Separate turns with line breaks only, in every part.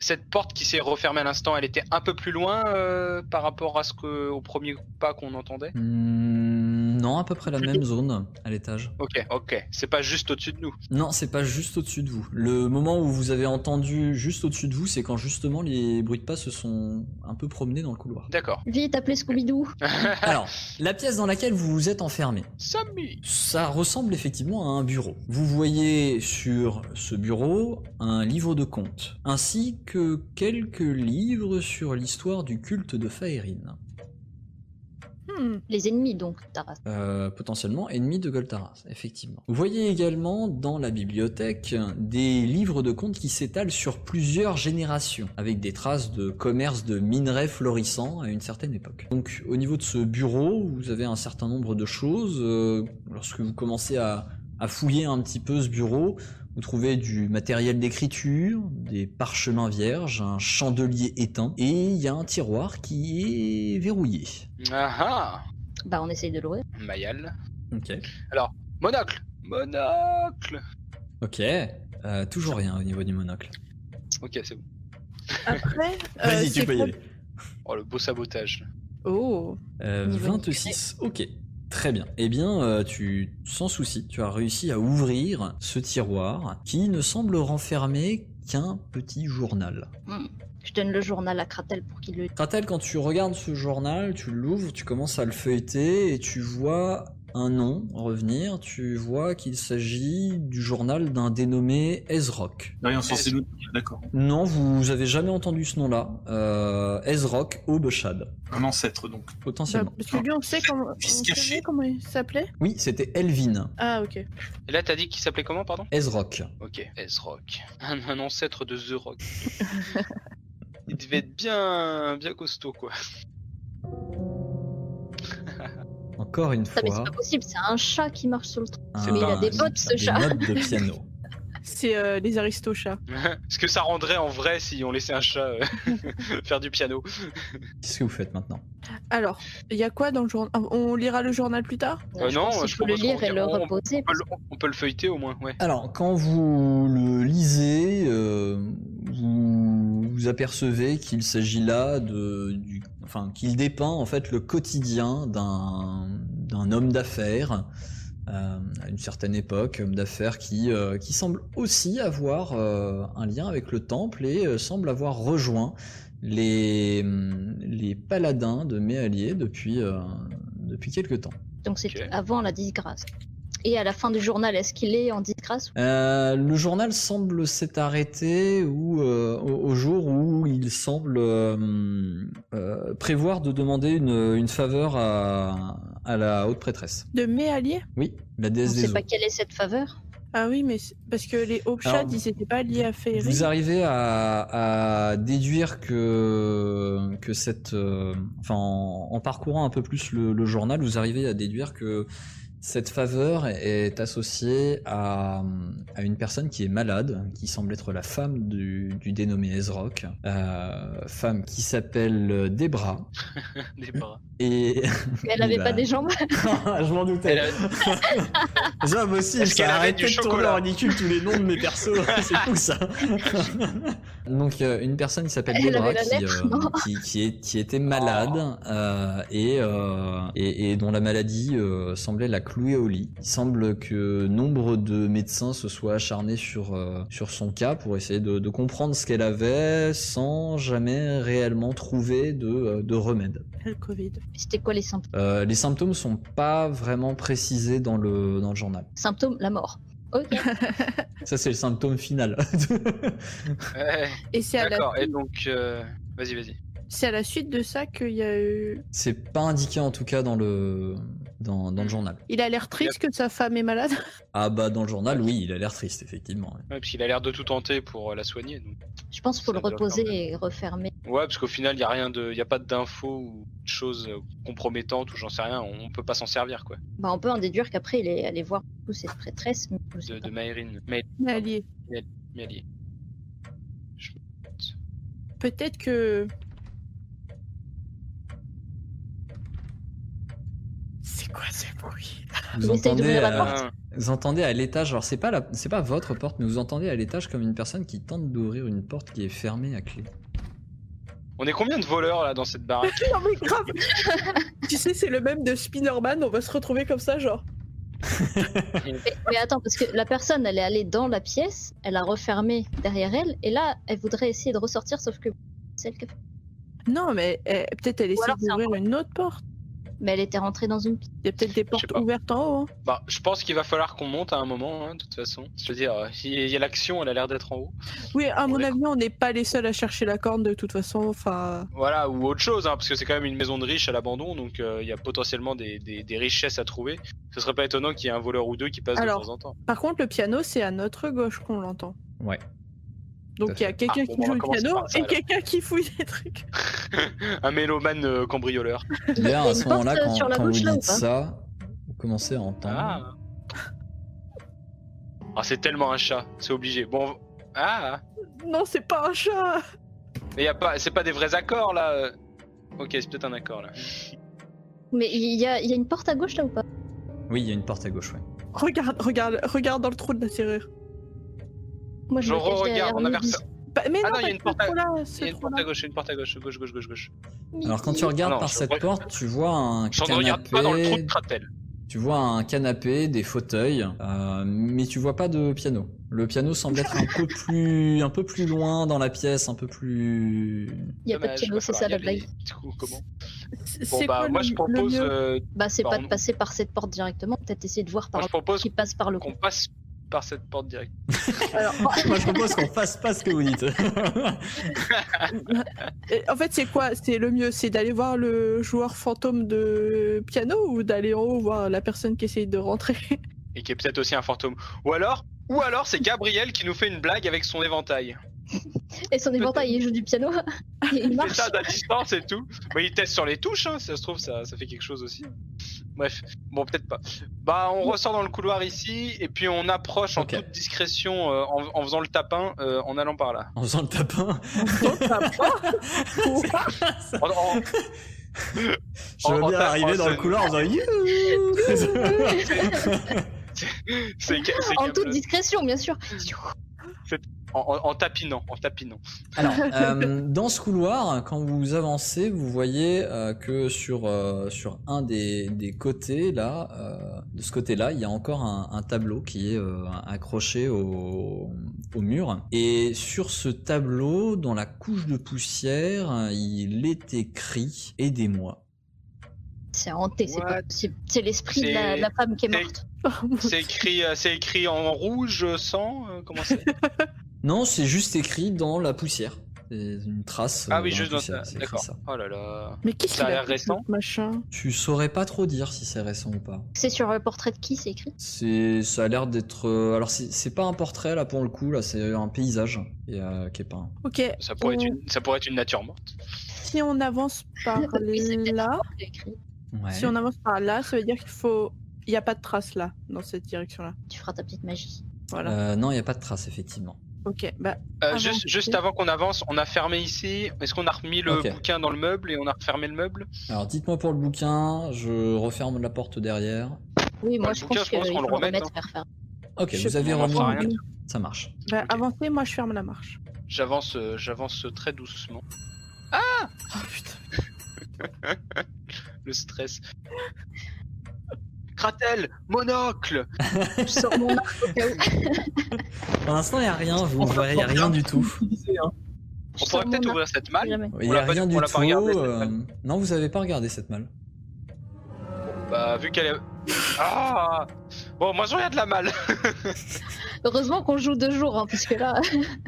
cette porte qui s'est refermée à l'instant, elle était un peu plus loin euh, par rapport à ce que au premier pas qu'on entendait.
Hmm, non, à peu près la même zone à l'étage.
Ok, ok, c'est pas juste au-dessus de nous.
Non, c'est pas juste au-dessus de vous. Le moment où vous avez entendu juste au-dessus de vous, c'est quand justement les bruits de pas se sont un peu promenés dans le couloir.
D'accord.
Vite, appelez Scooby-Doo.
Alors, la pièce dans laquelle vous vous êtes enfermé,
Sammy.
ça ressemble effectivement à un bureau. Vous voyez sur ce bureau un livre de comptes, ainsi que quelques livres sur l'histoire du culte de Faerine,
Les ennemis, donc, Taras.
Euh, potentiellement ennemi de Goltaras, effectivement. Vous voyez également dans la bibliothèque des livres de comptes qui s'étalent sur plusieurs générations, avec des traces de commerce de minerais florissants à une certaine époque. Donc au niveau de ce bureau, vous avez un certain nombre de choses. Euh, lorsque vous commencez à, à fouiller un petit peu ce bureau, vous trouvez du matériel d'écriture, des parchemins vierges, un chandelier éteint, et il y a un tiroir qui est verrouillé.
Ah ah.
Bah, on essaye de l'ouvrir.
Mayal.
Ok.
Monocle. Monocle.
Ok, euh, toujours rien au niveau du monocle.
Ok, c'est bon.
Après, euh,
Vas-y,
c'est
tu peux y
quoi-
aller.
Oh le beau sabotage.
Oh,
Euh,
Niveau
26, ok. Très bien. Eh bien, euh, tu, sans souci, tu as réussi à ouvrir ce tiroir qui ne semble renfermer qu'un petit journal.
Hmm. Je donne le journal à Kratel pour qu'il le lise.
Kratel, quand tu regardes ce journal, tu l'ouvres, tu commences à le feuilleter et tu vois un nom revenir. Tu vois qu'il s'agit du journal d'un dénommé Ezrock.
Rien censé nous. D'accord.
Non, vous avez jamais entendu ce nom-là. Euh, Ezrock Obeshad,
Un ancêtre donc.
bah,
potentiellement.
parce que lui, on sait comment, on
Fils
savait
caché.
comment il s'appelait.
Oui, c'était Elvin,
Ah, ok.
Et là t'as dit qu'il s'appelait comment pardon
Ezrock.
Ok. S-Rock. Un, un ancêtre de The Rock. Il devait être bien, bien costaud quoi.
Encore une
Putain, Ah, mais c'est
fois,
pas possible, c'est un chat qui marche sur le tronc.
un-
Mais il a des bottes, ce chat.
notes de piano.
C'est euh, les aristochats.
Ce que ça rendrait en vrai si on laissait un chat euh, faire du piano.
Qu'est-ce que vous faites maintenant
Alors, il y a quoi dans le journal Ah, On lira le journal plus tard
Euh, non,
pense qu'il
je
faut le
propose
lire
qu'on
et le
dira- on-
reposer.
On peut le, on peut le feuilleter au moins, ouais.
Alors, quand vous le lisez, euh, vous, vous apercevez qu'il s'agit là de, du, enfin, qu'il dépeint en fait le quotidien d'un d'un homme d'affaires euh, à une certaine époque, homme d'affaires qui euh, qui semble aussi avoir euh, un lien avec le temple et euh, semble avoir rejoint les les paladins de Méalier depuis euh, depuis quelque temps.
Donc, c'est
Ok.
avant la disgrâce. Et à la fin du journal, est-ce qu'il est en disgrâce
Euh, le journal semble s'être arrêté ou euh, au, au jour où il semble euh, hum, euh, prévoir de demander une, une faveur à, à la haute prêtresse.
De mai alliés
Oui, la
On ne
déesse
sait
des
pas
eaux.
quelle est cette faveur.
Ah oui, mais c'est- parce que les Hopchats,
Alors,
ils n'étaient pas liés à Féerie.
Vous arrivez à, à déduire que, que cette. euh, enfin, en, en parcourant un peu plus le, le journal, vous arrivez à déduire que cette faveur est associée à, à une personne qui est malade, qui semble être la femme du, du dénommé Ezrock, euh, femme qui s'appelle Debra.
Des bras.
Et.
Mais elle n'avait
Bah.
pas des jambes.
Je m'en doutais.
Elle a-
Ça aussi,
Est-ce qu'elle
ça
avait
arrête
du
de tourner
chocolat
en ridicule tous les noms de mes persos, c'est fou ça. Donc euh, une personne qui s'appelle
Elle
Debra
avait la
qui,
lèpre,
euh,
non
qui, qui est- qui était malade
Oh.
euh, et, euh, et, et dont la maladie euh, semblait la clouer au lit. Il semble que nombre de médecins se soient acharnés sur, euh, sur son cas pour essayer de, de comprendre ce qu'elle avait sans jamais réellement trouver de, euh, de remède.
Le Covid.
C'était quoi les symptômes
Euh, les symptômes sont pas vraiment précisés dans le, dans le journal.
Symptômes La mort. Ok.
Ça, c'est le symptôme final.
Ouais,
Et c'est à, la...
D'accord, et donc. euh, Vas-y, vas-y.
c'est à la suite de ça qu'il y a eu.
c'est pas indiqué en tout cas dans le dans, dans le journal.
Il a l'air triste que sa femme est malade.
Ah bah dans le journal, oui, il a l'air triste, effectivement. ouais.
Ouais, parce qu'il a l'air de tout tenter pour euh, la soigner. donc.
Je pense qu'il faut
Ça
le
doit faire mal.
reposer et refermer.
Ouais, parce qu'au final, il y a rien de, y a pas d'infos ou de choses euh, compromettantes ou j'en sais rien. On peut pas s'en servir quoi.
Bah, on peut en déduire qu'après, il est allé voir du coup, cette prêtresse. Mais je sais
De,
pas.
de Maïrin. Mais,
Mais elle y est.
mais elle y est.
Peut-être que. C'est quoi ce bruit
Vous
On Ah, essaye
entendez,
d'ouvrir la
euh,
porte.
Ah,
vous entendez à l'étage, alors c'est pas, la- c'est pas votre porte, mais vous entendez à l'étage comme une personne qui tente d'ouvrir une porte qui est fermée à clé.
on est combien de voleurs là dans cette baraque
Non mais grave Tu sais, c'est le même de Spider-Man, on va se retrouver comme ça, genre.
Mais, mais attends, parce que la personne, elle est allée dans la pièce, elle a refermé derrière elle, et là, elle voudrait essayer de ressortir, sauf que celle qui a fait-
Non, mais eh, peut-être elle essaie
alors c'est un
d'ouvrir une autre porte.
Mais elle était rentrée dans une pièce.
Il y a peut-être des portes
pas.
ouvertes en haut. hein.
Bah, je pense qu'il va falloir qu'on monte à un moment, hein, de toute façon. Je veux dire, euh, il y a- il y a l'action, elle a l'air d'être en haut.
Oui, à mon
est-
avis, on n'est pas les seuls à chercher la corne de toute façon. Enfin,
Voilà, ou autre chose, hein, parce que c'est quand même une maison de riches à l'abandon, donc euh, il y a potentiellement des, des- des richesses à trouver. Ce serait pas étonnant qu'il y ait un voleur ou deux qui passe
Alors,
de temps en temps.
par contre, le piano, c'est à notre gauche qu'on l'entend.
Ouais. Tout à
Donc il y a quelqu'un
Ah,
qui
bon, on
joue
va
le
commencer
piano
par ça,
et
alors.
quelqu'un qui fouille des trucs.
Un mélomane euh, cambrioleur.
D'ailleurs,
Il y a
à
une
ce moment-là,
porte, euh,
quand,
sur la
quand
gauche,
vous
là, ou
dites
pas
ça, vous commencez à entendre.
Ah. Ah, c'est tellement un chat, c'est obligé. Bon, on- ah,
Non, c'est pas un chat
mais y a pas, c'est pas des vrais accords là. euh. Ok, c'est peut-être un accord là.
Mais il y a, il y a une porte à gauche là ou pas
Oui, il y a une porte à gauche, ouais.
Regarde, regarde, regarde dans le trou de la serrure.
Moi,
Je
me cache derrière
re-regarde, on
Ruby.
a vers-
Bah, mais
Ah non, il
non,
y a
parce
une
que
porte
ce
à-
trou-là,
Il y a
ce
une porte
trou-là.
à gauche, une porte à gauche, gauche, gauche, gauche, gauche.
Alors quand tu
Mimi.
regardes
Ah non,
par
je
cette
regarde-
porte, tu vois un
Je ne
canapé,
regarde pas dans le trou de Tratel.
tu vois un canapé, des fauteuils, euh, mais tu vois pas de piano. Le piano semble être un peu plus, un peu plus loin dans la pièce, un peu plus.
Il y a pas de piano, c'est ça la blague.
Du coup, comment
C'est
Bon
c'est
bah,
quoi
moi
le-
je
le
propose,
mieux
euh,
Bah, c'est
Bah,
pas
on-
de passer par cette porte directement, peut-être essayer de voir
moi,
par
je propose
qui passe par le
qu'on passe par cette porte directe.
Alors,
Moi, je propose qu'on fasse pas ce que vous dites.
euh, en fait, c'est quoi C'est le mieux, c'est d'aller voir le joueur fantôme de piano ou d'aller en haut voir la personne qui essaye de rentrer.
Et qui est peut-être aussi un fantôme. Ou alors, ou alors c'est Gabriel qui nous fait une blague avec son éventail.
Et son éventail, il joue du piano. il
Il fait
marche.
ça à distance et tout. Mais il teste sur les touches, hein, si ça se trouve, ça, ça fait quelque chose aussi. Bref, bon, peut-être pas. Bah, on ressort dans le couloir ici, et puis on approche en
Ok.
toute discrétion, euh, en, en faisant le tapin, euh, en allant par là.
en faisant le tapin.
En- en-
Je veux
En- en
bien
tapant,
arriver dans le
c'est-
couloir en faisant youhou
c'est- c'est- c'est-
En toute discrétion, bien sûr.
en- en- en tapinant, en tapinant.
Alors, euh, dans ce couloir, quand vous avancez, vous voyez euh, que sur, euh, sur un des, des côtés, là, euh, de ce côté-là, il y a encore un, un tableau qui est euh, accroché au, au mur. Et sur ce tableau, dans la couche de poussière, il est écrit « Aidez-moi
C'est hanté, c'est pas
What
possible. C'est l'esprit de la,
C'est-
de la femme qui est
c'est-
morte.
C'est écrit, euh, c'est écrit en rouge, euh, sang, euh, comment c'est ».
Non, c'est juste écrit dans la poussière. C'est une trace.
Ah
euh,
oui,
la
juste dans
poussière,
ça.
c'est écrit
D'accord.
ça.
Oh là là.
mais qu'est-ce
Ça
qu'il
a
a
l'air
fait,
récent.
ce machin
Tu saurais pas trop dire si c'est récent ou pas.
C'est sur le portrait de qui c'est écrit
C'est, ça a l'air d'être. euh, alors c'est c'est pas un portrait là pour le coup là, c'est un paysage et euh, qui est peint.
Ok,
Ça pourrait, être
on-
Mmh.
une, ça pourrait être une nature morte.
si on avance par
Oui, c'est peut-être
là,
qui a écrit.
Ouais.
si on avance par là, ça veut dire qu'il faut, il n'y a pas de trace là, dans cette direction-là.
Tu feras ta petite magie.
Voilà.
Euh, non, il y a pas de trace effectivement.
Ok, bah
Euh,
Avant
juste,
de
juste
couper.
avant qu'on avance, on a fermé ici. Est-ce qu'on a remis le
Ok.
bouquin dans le meuble et on a refermé le meuble
Alors dites-moi pour le bouquin, je referme la porte derrière.
Oui, moi
le
je
bouquin,
pense
je
qu'il
pense
faut
qu'on le
le
remette,
remettre
hein.
faire faire.
Ok,
Je
vous avez
On en
remis.
fera rien.
le bouquin. Ça marche.
Bah,
Ok.
avancez, moi je ferme la marche.
J'avance, euh, j'avance très doucement.
Oh putain.
Le stress. Kratel, monocle.
Je sors mon arc au cas où.
Pour l'instant, il y a rien. Vous verrez rien du tout.
Je
On
sors
pourrait
mon
peut-être
arc,
ouvrir cette malle.
jamais.
Il
On
y a
l'a pas-
rien du
on l'a pas
tout.
regardé, cette
euh,
malle.
non, vous avez pas regardé cette malle.
Bah vu qu'elle est. Ah. Bon, moi je regarde la malle.
Heureusement qu'on joue deux jours, hein, parce que là,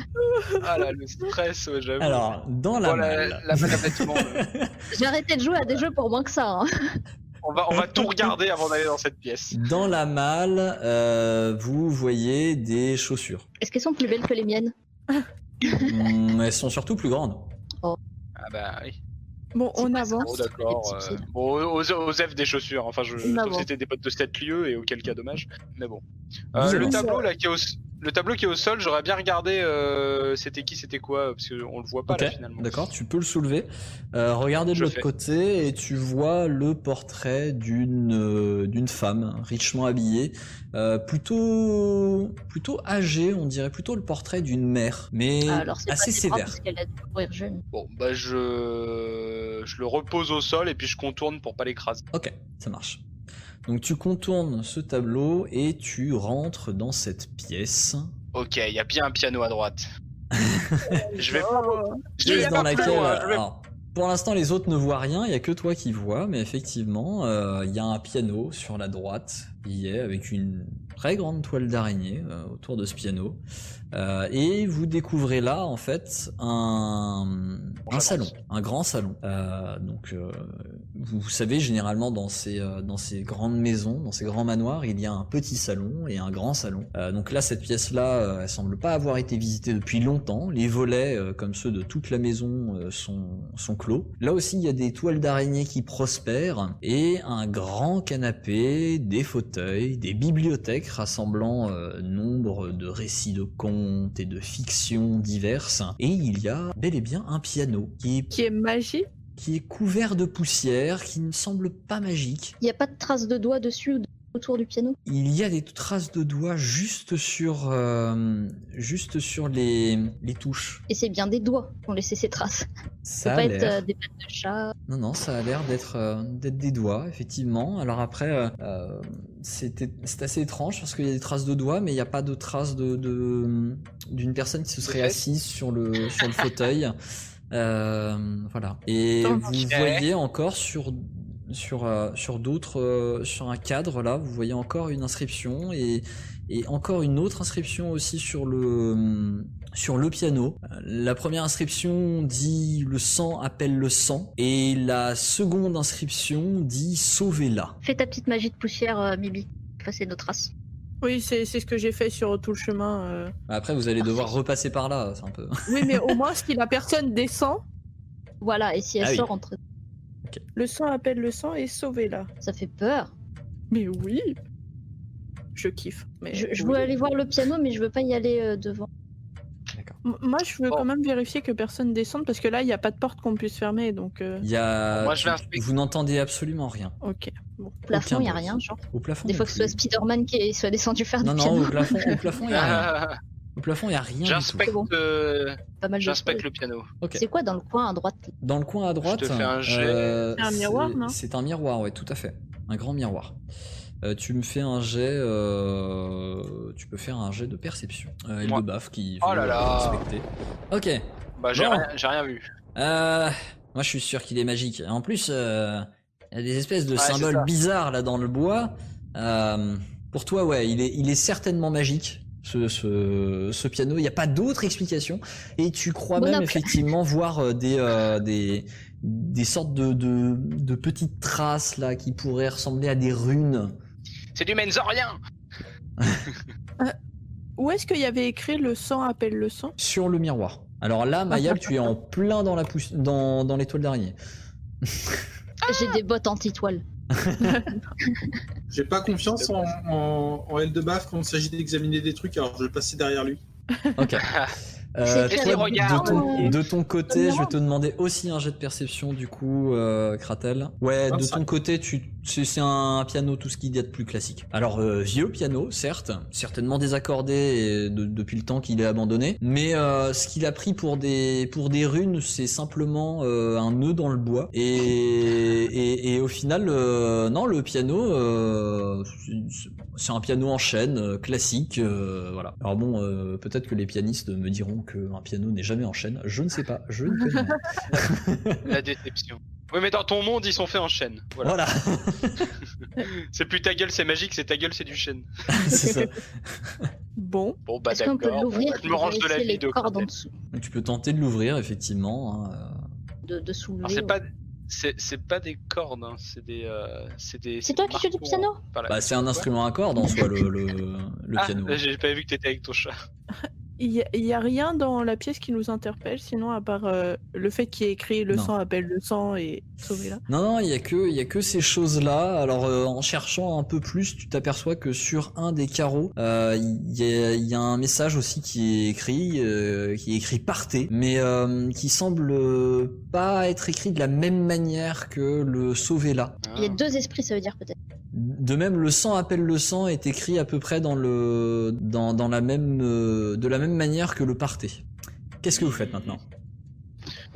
Ah là, le stress, ouais, j'avoue.
Alors dans la
Bon, la,
malle.
la malle a fait tout le monde.
j'ai arrêté de jouer à des jeux pour moins que ça. hein.
On va, on va tout regarder avant d'aller dans cette pièce.
Dans la malle, euh, vous voyez des chaussures.
Est-ce qu'elles sont plus belles que les miennes
Hmm, elles sont surtout plus grandes.
Ah bah oui.
Bon,
C'est
on
pas ça.
avance.
Bon, d'accord.
c'est
euh,
difficile.
bon, aux, aux F des chaussures. Enfin, je, je
Bah
trouve que
bon.
c'était des potes de 7 lieux et auquel cas dommage. Mais bon. Euh,
Vous avez
le
raison.
tableau là qui est au, s- le tableau qui est au sol, j'aurais bien regardé. euh, c'était qui, c'était quoi Parce qu'on le voit pas
Ok,
là finalement.
D'accord, tu peux le soulever. Euh, regardez de
Je
l'autre
fais.
côté et tu vois le portrait d'une euh, d'une femme richement habillée, euh, plutôt plutôt âgée, on dirait plutôt le portrait d'une mère, mais
Ah, Alors, c'est
Euh, assez
pas sévère.
sévère.
Parce qu'elle a dû mourir jeune.
Bon, bah je, je le repose au sol et puis je contourne pour pas l'écraser.
Ok, ça marche. Donc tu contournes ce tableau et tu rentres dans cette pièce.
Ok, il y a bien un piano à droite. je vais. Je
Il y
vais
a
dans
pas
laquelle. euh,
plus loin,
je vais-
alors, pour l'instant, les autres ne voient rien, il y a que toi qui vois, mais effectivement, euh, il y a un piano sur la droite, il est avec une très grande toile d'araignée euh, autour de ce piano. Euh, et vous découvrez là, en fait, un, un
j'avance.
salon, un grand salon. Euh, donc, euh, vous, vous savez, généralement, dans ces, euh, dans ces grandes maisons, dans ces grands manoirs, il y a un petit salon et un grand salon. Euh, donc là, cette pièce-là, euh, elle semble pas avoir été visitée depuis longtemps. Les volets, euh, comme ceux de toute la maison, euh, sont, sont clos. Là aussi, il y a des toiles d'araignée qui prospèrent et un grand canapé, des fauteuils, des bibliothèques rassemblant euh, nombre de récits de contes et de fictions diverses. Et il y a bel et bien un piano qui est
Qui est magique.
qui est couvert de poussière, qui ne semble pas magique.
Il n'y a pas de traces de doigts dessus ou de- autour du piano
Il y a des traces de doigts juste sur, euh, juste sur les, les touches.
Et c'est bien des doigts qui ont laissé ces traces.
Ça
Ça peut
a
pas être
l'air.
euh, des pattes de chat.
Non, non, ça a l'air d'être euh, d'être des doigts, effectivement. Alors après, euh, euh, c'était- c'est assez étrange parce qu'il y a des traces de doigts, mais il n'y a pas de traces de de- d'une personne qui se serait
fait.
assise sur le, sur le fauteuil. Euh, voilà. Et
Dans
vous
le
voyez encore sur sur euh, sur d'autres euh, sur un cadre là, vous voyez encore une inscription et et encore une autre inscription aussi sur le euh, sur le piano. Euh, La première inscription dit le sang appelle le sang et la seconde inscription dit sauvez-la.
Fais ta petite magie de poussière, euh, Mibi. Effacer nos traces.
Oui, c'est c'est ce que j'ai fait sur tout le chemin. euh.
Après vous allez devoir repasser par là, c'est un peu.
Oui, mais au moins, si la personne descend,
Voilà, et si elle
Ah oui.
sort entre.
le sang appelle le sang et sauvez-la.
Ça fait peur.
Mais oui Je kiffe. Mais
Je, je
oui.
veux aller voir le piano, mais je veux pas y aller euh, devant.
M- Moi, je veux
Bon.
quand même vérifier que personne descende parce que là, il n'y a pas de porte qu'on puisse fermer. Donc, euh,
Il y a
Moi, je vais inspecter.
vous n'entendez absollement rien.
ok.
Au plafond,
Aucun
il n'y a
bruit.
rien, genre.
Au plafond.
Des
non
fois que ce
plus.
soit Spider-Man qui soit descendu faire
Non
du
non,
piano.
au plafond, au plafond, il y a rien. Au plafond, il y a rien. du tout.
J'inspecte. euh,
Pas mal de
J'inspecte
choses.
le piano.
Ok.
C'est quoi dans le coin à droite là
Dans le coin à droite,
Je te fais un jet.
euh,
C'est un
c'est-
miroir, non
C'est un miroir, ouais, tout à fait. Un grand miroir. Euh, tu me fais un jet. euh, tu peux faire un jet de perception. Euh, et
Moi.
de baf qui
Oh
veut,
là
euh,
là.
inspecter. Ok.
Bah j'ai
Bon.
rien, j'ai rien vu.
Euh, moi, je suis sûr qu'il est magique. En plus, euh, il y a des espèces de
Ouais, c'est
symboles
ça.
bizarres là dans le bois. Euh, pour toi, ouais, il est, il est certainement magique. Ce, ce, ce piano, il n'y a pas d'autre explication. Et tu crois même
Monocle.
effectivement voir euh, des, euh, des, des sortes de, de, de petites traces là qui pourraient ressembler à des runes.
C'est du Menzorien.
Où est-ce qu'il y avait écrit le sang appelle le sang
sur le miroir. Alors là, Mayal, tu es en plein dans la pousse, dans, dans l'étoile d'araignée.
J'ai
Ah
des bottes anti-toile.
J'ai pas confiance en, en, en L de baf quand il s'agit d'examiner des trucs, alors je vais passer derrière lui.
Ok. Euh,
C'est
toi,
clair.
de-
Regarde.
de, ton, de ton côté,
Comme
je vais te demander aussi un jet de perception du coup, euh, Kratel. Ouais, de ton côté, tu c'est c'est un piano tout ce qu'il y a de plus classique. Alors euh, vieux piano, certes, certainement désaccordé et de- depuis le temps qu'il est abandonné, mais euh, ce qu'il a pris pour des pour des runes, c'est simplement euh, un nœud dans le bois. Et et, et au final, euh, non, le piano, euh, c'est- c'est un piano en chaîne euh, classique, euh, voilà. Alors bon, euh, peut-être que les pianistes me diront qu'un piano n'est jamais en chaîne. Je ne sais pas, je ne connais pas.
La déception. Oui, mais dans ton monde, ils sont faits en chaîne. Voilà.
Voilà,
C'est plus ta gueule, c'est magique, c'est ta gueule, c'est du chêne.
c'est ça.
Bon,
Bon, bah
Est-ce qu'on
d'accord.
peut
Bon,
l'ouvrir
bah, je me
pour
range de la
laisser les
vidéo.
cordes en dessous
Donc, tu peux tenter de l'ouvrir, effectivement. hein, euh.
de, de soulever
Alors, c'est
ouais.
pas, C'est c'est pas des cordes, hein, c'est des. euh, c'est des-
C'est
des
toi qui joues du
marteaux,
piano
hein. Par la-
Bah, c'est un instrument à cordes en soi, le, le, le
Ah,
piano. hein.
là, J'ai pas vu que t'étais avec ton chat.
Il y a- il y, a rien dans la pièce qui nous interpelle, sinon à part euh, le fait qu'il y ait écrit le
Non.
sang appelle le sang et sauver là.
Non, non, il y a que, il y a que ces choses-là. Alors, euh, en cherchant un peu plus, tu t'aperçois que sur un des carreaux, euh, il y, a, il y a un message aussi qui est écrit, euh, qui est écrit partez, mais euh, qui semble euh, pas être écrit de la même manière que le sauvez là.
Il y a deux esprits, ça veut dire peut-être.
De même, le sang appelle le sang est écrit à peu près dans le, dans, dans la même, euh, de la même manière que le partez. Qu'est-ce que vous faites maintenant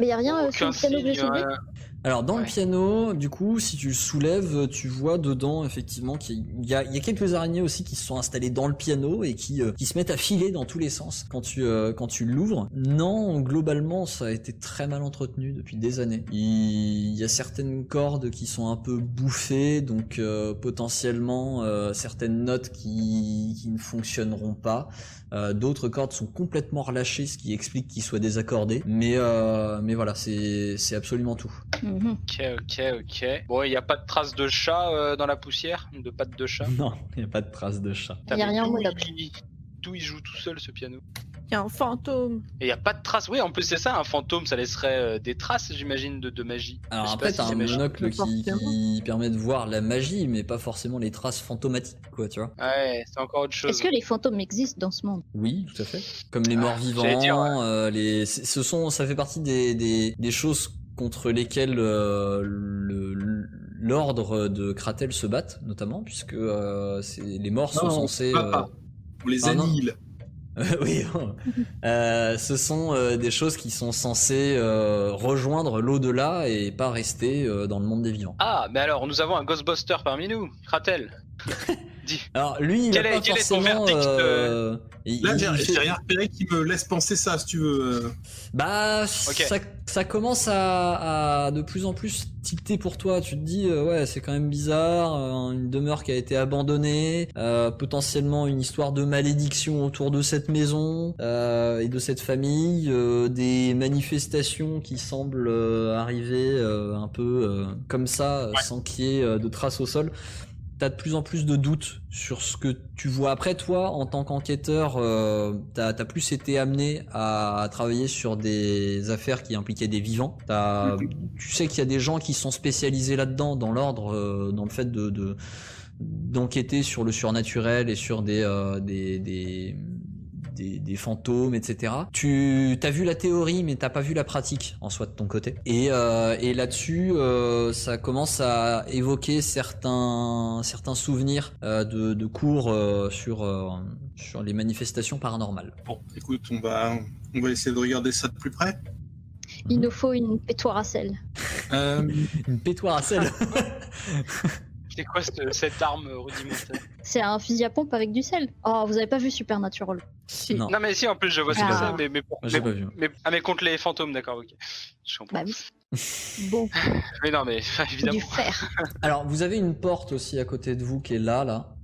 Mais il n'y a rien euh, sur
Oh, Aucun
le piano que
signe,
j'ai joué.
hein.
Alors dans le
Ouais.
piano, du coup, si tu le soulèves, tu vois dedans effectivement qu'il y a, il y a quelques araignées aussi qui se sont installées dans le piano et qui, euh, qui se mettent à filer dans tous les sens quand tu, euh, quand tu l'ouvres. Non, globalement, ça a été très mal entretenu depuis des années. Il, il y a certaines cordes qui sont un peu bouffées, donc euh, potentiellement euh, certaines notes qui, qui ne fonctionneront pas. Euh, D'autres cordes sont complètement relâchées, ce qui explique qu'ils soient désaccordés. Mais, euh, mais voilà, c'est c'est absolument tout.
Mhm.
Ok, ok, ok. Bon, il n'y a pas de traces de chat euh, dans la poussière, de pattes de chat.
Non, il n'y a pas de trace de chat.
Il y a
Mais
rien au
d'où
Monocle.
il- D'où il joue tout seul ce piano.
Il y a un fantôme.
Et il n'y a pas de traces. Oui, en plus, c'est ça, un fantôme, ça laisserait euh, des traces, j'imagine, de, de magie. Je
Alors
sais
après,
pas
t'as
si
un
c'est magique.
monocle qui,
Forcément.
qui permet de voir la magie, mais pas forcément les traces fantomatiques, quoi, tu vois.
Ouais, c'est encore autre chose.
Est-ce que les fantômes existent dans ce monde
Oui, tout à fait. Comme les morts vivants,
Ah, j'allais dire, ouais.
euh, les, c- ce sont, ça fait partie des, des, des choses contre lesquelles euh, le- l'ordre de Kratel se batte, notamment, puisque euh, c'est- les morts sont
Non,
censés...
pas,
euh,
pas. On les
Pardon
annihile.
oui, oh. euh, ce sont euh, des choses qui sont censées euh, rejoindre l'au-delà et pas rester euh, dans le monde des vivants.
Ah, mais alors, nous avons un Ghostbuster parmi nous, Kratel. Dis.
Alors lui, il
Quel
a
est-
pas
quel est ton
forcément.
verdict,
euh, il-
Là,
il-
j'ai
il fait-
j'ai rien repéré qui me laisse penser ça, si tu veux. euh.
Bah,
Ok.
ça, ça commence à, à de plus en plus tilter pour toi. Tu te dis, euh, ouais, c'est quand même bizarre, euh, une demeure qui a été abandonnée, euh, potentiellement une histoire de malédiction autour de cette maison euh, et de cette famille, euh, des manifestations qui semblent euh, arriver euh, un peu euh, comme ça, euh, sans qu'il y ait euh, de traces au sol. T'as de plus en plus de doutes sur ce que tu vois. Après toi, en tant qu'enquêteur, euh, t'as as plus été amené à, travailler sur des affaires qui impliquaient des vivants. T'as- Tu sais qu'il y a des gens qui sont spécialisés là-dedans, dans l'ordre, euh, dans le fait de de- d'enquêter sur le surnaturel et sur des euh, des, des des, des fantômes, etc. Tu as vu la théorie, mais t'as pas vu la pratique en soi de ton côté. Et, euh, et là-dessus, euh, ça commence à évoquer certains certains souvenirs euh, de, de cours euh, sur euh, sur les manifestations paranormales.
Bon, écoute, on va, on va essayer de regarder ça de plus près.
Il
Mhm.
nous faut une pétoire à sel.
Euh,
Une pétoire à sel.
C'est quoi ce- cette arme rudimentaire
C'est un fusil à pompe avec du sel. Oh, vous avez pas vu Supernatural
Si.
Non.
Non, mais si, en plus, je vois ce
Ah.
que c'est, mais, mais, pour-
J'ai
mais-
pas vu.
mais- ah, mais contre les fantômes, d'accord, ok. Je comprends.
Bah oui,
Bon,
Mais non, mais
faut Bah. du
évidemment.
fer.
Alors, vous avez une porte aussi à côté de vous qui est là, là,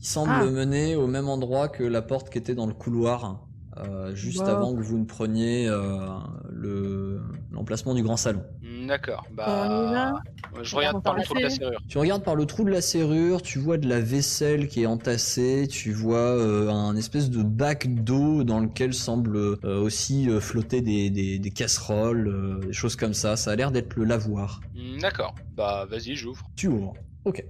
qui semble
Ah.
mener au même endroit que la porte qui était dans le couloir, euh, juste
Wow.
avant que vous ne preniez euh, le l'emplacement du grand salon.
Hmm, D'accord,
on y va.
bah. Je regarde
On
par le
va
trou de la
passer.
serrure.
Tu regardes par le trou de la serrure, tu vois de la vaisselle qui est entassée, tu vois euh, un espèce de bac d'eau dans lequel semble euh, aussi euh, flotter des, des, des casseroles, euh, des choses comme ça. Ça a l'air d'être le lavoir.
D'accord, bah vas-y, j'ouvre.
Tu ouvres. Ok.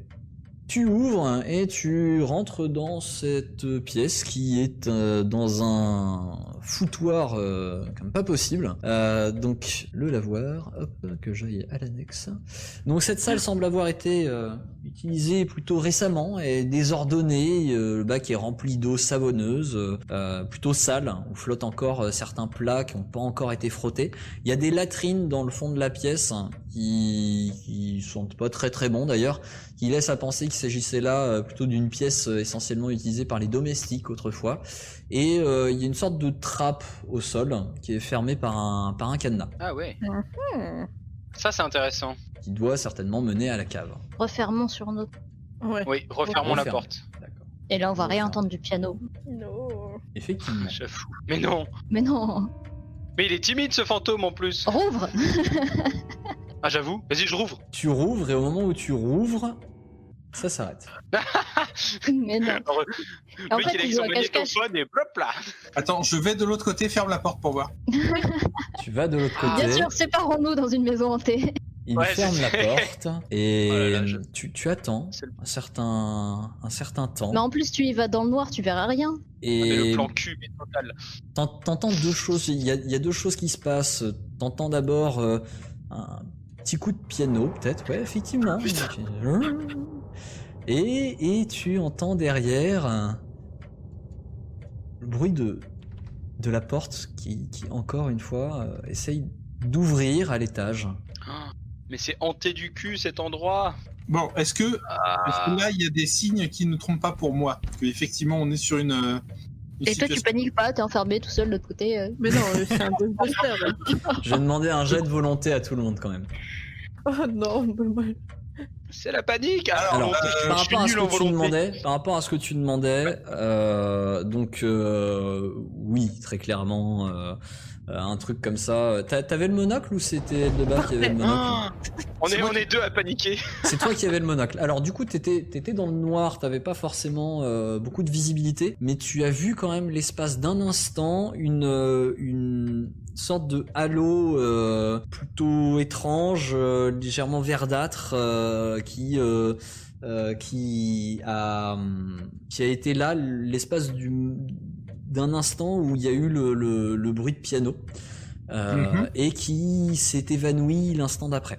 Tu ouvres et tu rentres dans cette pièce qui est euh, dans un foutoir euh, comme pas possible. Euh, donc le lavoir, hop, que j'aille à l'annexe. Donc cette salle semble avoir été euh, utilisée plutôt récemment et désordonnée. Euh, le bac est rempli d'eau savonneuse, euh, euh, plutôt sale, où flottent encore euh, certains plats qui n'ont pas encore été frottés. Il y a des latrines dans le fond de la pièce hein, qui, qui sont pas très très bons d'ailleurs, qui laissent à penser qu'il s'agissait là euh, plutôt d'une pièce euh, essentiellement utilisée par les domestiques autrefois. Et euh, il y a une sorte de trappe au sol hein, qui est fermée par un, par un cadenas,
Ah ouais,
Hmm.
ça c'est intéressant.
qui doit certainement mener à la cave.
Refermons sur nos.
ouais.
Oui, refermons la
Referme.
porte.
D'accord.
Et là, on va
Ouais,
rien
ça.
entendre du piano.
Non.
Effectivement.
J'avoue. Mais non
Mais non, Oh.
Mais il est timide ce fantôme en plus
rouvre
Ah, j'avoue. Vas-y, je rouvre.
Tu rouvres et au moment où tu rouvres, ça s'arrête.
Mais non.
Alors, euh,
Et en
mec,
fait,
il a avec
il joue
son
à cache-cache.
magnétophone et plop là.
Attends, je vais de l'autre côté, ferme la porte pour voir.
Tu vas de l'autre côté.
Ah, Bien sûr, séparons-nous dans une maison hantée.
Il
Ouais,
ferme
c'est-
la porte et
Oh là là, je-
tu, tu attends
C'est le-
un certain, un certain temps
Mais en plus, tu y vas dans le noir, tu verras rien.
Ah, Mais le
et
plan cul, mais total.
t'en- t'entends deux choses. Il y, a, il y a deux choses qui se passent. T'entends d'abord euh, un petit coup de piano, peut-être. Ouais, effectivement. Et, et tu entends derrière un- le bruit de, de la porte qui, qui, encore une fois, euh, essaye d'ouvrir à l'étage.
Mais c'est hanté du cul cet endroit.
Bon, est-ce que, est-ce
Ah.
que là, il y a des signes qui ne trompent pas pour moi Que effectivement, on est sur une. euh, une
Et toi, tu
situation-
paniques pas, t'es enfermé tout seul de l'autre côté. euh.
Mais non, euh, c'est un ghostbuster. hein.
Je vais demander un jet de volonté à tout le monde quand même.
Oh non, mais moi-
C'est la panique. Alors,
Alors,
euh,
par
je suis
rapport à ce
nul en
que tu
volonté.
demandais, par rapport à ce que tu demandais, euh, donc euh, oui, très clairement, euh, euh, un truc comme ça. T'a- T'avais le monocle ou c'était de bas qui avait le monocle
Ah. on,
C'est
est,
moi
on est deux à paniquer.
C'est toi qui avais le monocle. Alors du coup, t'étais t'étais dans le noir, t'avais pas forcément euh, beaucoup de visibilité, mais tu as vu quand même l'espace d'un instant une euh, une sorte de halo euh, plutôt étrange, euh, légèrement verdâtre, euh, qui euh, euh, qui a hum, qui a été là l'espace du d'un instant où il y a eu le, le, le bruit de piano euh,
Mhm.
et qui s'est évanoui l'instant d'après.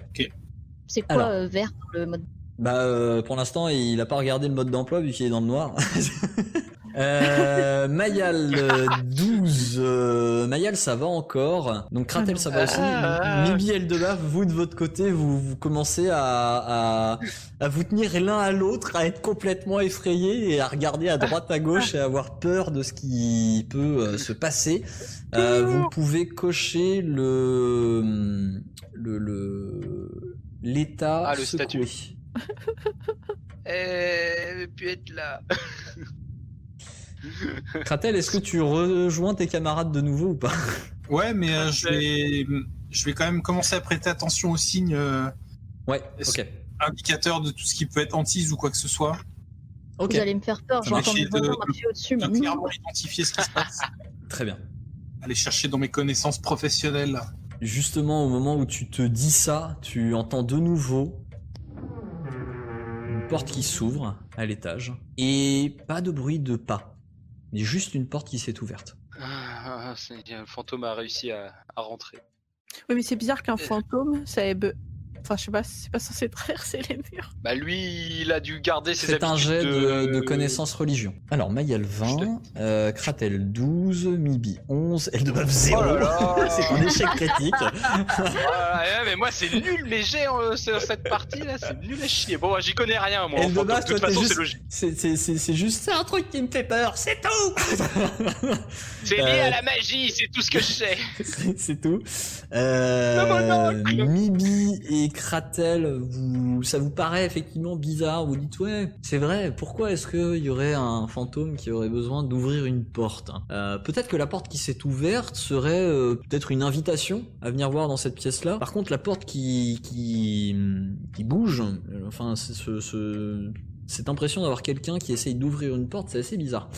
C'est quoi
Alors.
euh, vert dans le mode
Bah, euh, pour l'instant, il a pas regardé le mode d'emploi vu qu'il est dans le noir. euh, Mayal euh, 12, euh, Mayal ça va encore, donc Kratel ça va aussi,
Ah.
Mibi Eldebaf, vous de votre côté vous, vous commencez à, à, à vous tenir l'un à l'autre, à être complètement effrayé et à regarder à droite à gauche et à avoir peur de ce qui peut euh, se passer. Euh, vous pouvez cocher le le le l'état
Ah, le
secoué.
Eh, pu être là.
Kratel, est-ce que tu rejoins tes camarades de nouveau ou pas
Ouais, mais euh, je, vais, je vais quand même commencer à prêter attention aux signes euh,
Ouais,
Est-ce-
ok.
indicateurs de tout ce qui peut être hantise ou quoi que ce soit.
Ok,
Vous allez me faire peur,
Ça euh,
j'entends
marche.
des voisins m'appuyer au-dessus.
Je
mais
vais
non.
clairement identifier ce qui se passe.
très bien.
Aller chercher dans mes connaissances professionnelles.
Justement, au moment où tu te dis ça, tu entends de nouveau une porte qui s'ouvre à l'étage et pas de bruit de pas, mais juste une porte qui s'est ouverte.
Ah, c'est- le fantôme a réussi à, à rentrer.
Oui, mais c'est bizarre qu'un fantôme, ça ait. be- Enfin, je sais pas, c'est pas censé traverser les murs.
Bah lui, il a dû garder ses
C'est un jet
habitudes
de, de connaissance religion. Alors, Mayal 20, euh, Kratel 12, Mibi 11, Eldebaf 0.
Oh là là
C'est un échec critique.
Ah, ouais, mais moi c'est nul les jets euh, sur cette partie là, c'est nul à chier. Bon, ouais, j'y connais rien moi.
Et
en
de
fantôme.
base,
de toute
toi, t'es
façon,
juste-
c'est logique.
C'est- C'est c'est- c'est juste c'est un truc qui me fait peur, c'est tout
C'est lié
Euh,
à la magie, c'est tout ce que je sais.
C'est c'est tout. Euh,
Le monocle.
Mibi et Kratel, vous, ça vous paraît effectivement bizarre. Vous dites ouais, c'est vrai. Pourquoi est-ce qu'il y aurait un fantôme qui aurait besoin d'ouvrir une porte Euh, Peut-être que la porte qui s'est ouverte serait euh, peut-être une invitation à venir voir dans cette pièce-là. Par contre, la porte qui qui qui bouge, euh, enfin c'est ce, ce- cette impression d'avoir quelqu'un qui essaye d'ouvrir une porte, c'est assez bizarre.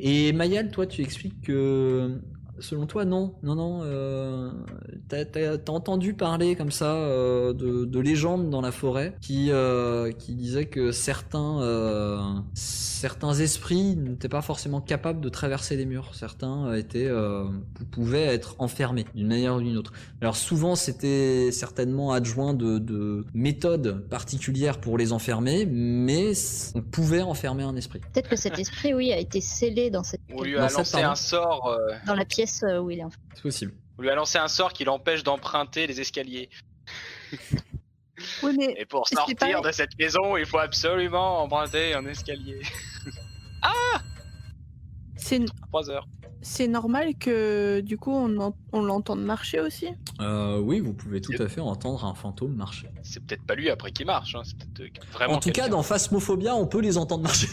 Et Mayal, toi, tu expliques que Selon toi, non, non, non. euh, t'as- T'as t'as entendu parler comme ça euh, de, de légendes dans la forêt qui euh, qui disaient que certains euh, certains esprits n'étaient pas forcément capables de traverser les murs. Certains euh, étaient euh, pou- pouvaient être enfermés d'une manière ou d'une autre. Alors souvent c'était certainement adjoint de, de méthodes particulières pour les enfermer, mais c- on pouvait enfermer un esprit.
Peut-être que cet esprit, oui, a été scellé dans, cette...
On lui
Dans
a
cette
lancé
arme.
un sort, euh,
dans la pièce euh, où il est. en fait.
C'est possible.
on lui a lancé un sort qui l'empêche d'emprunter les escaliers.
Oui, mais
Et pour
C'est
sortir
pas-
de cette maison, il faut absolument emprunter un escalier.
c'est,
Trois heures.
c'est normal que du coup on, en- on l'entende marcher aussi.
Euh, oui, vous pouvez tout à fait entendre un fantôme marcher.
C'est peut-être pas lui après qui marche, hein, c'est peut-être euh, vraiment.
En tout cas,
quelqu'un.
dans Phasmophobia, on peut les entendre marcher.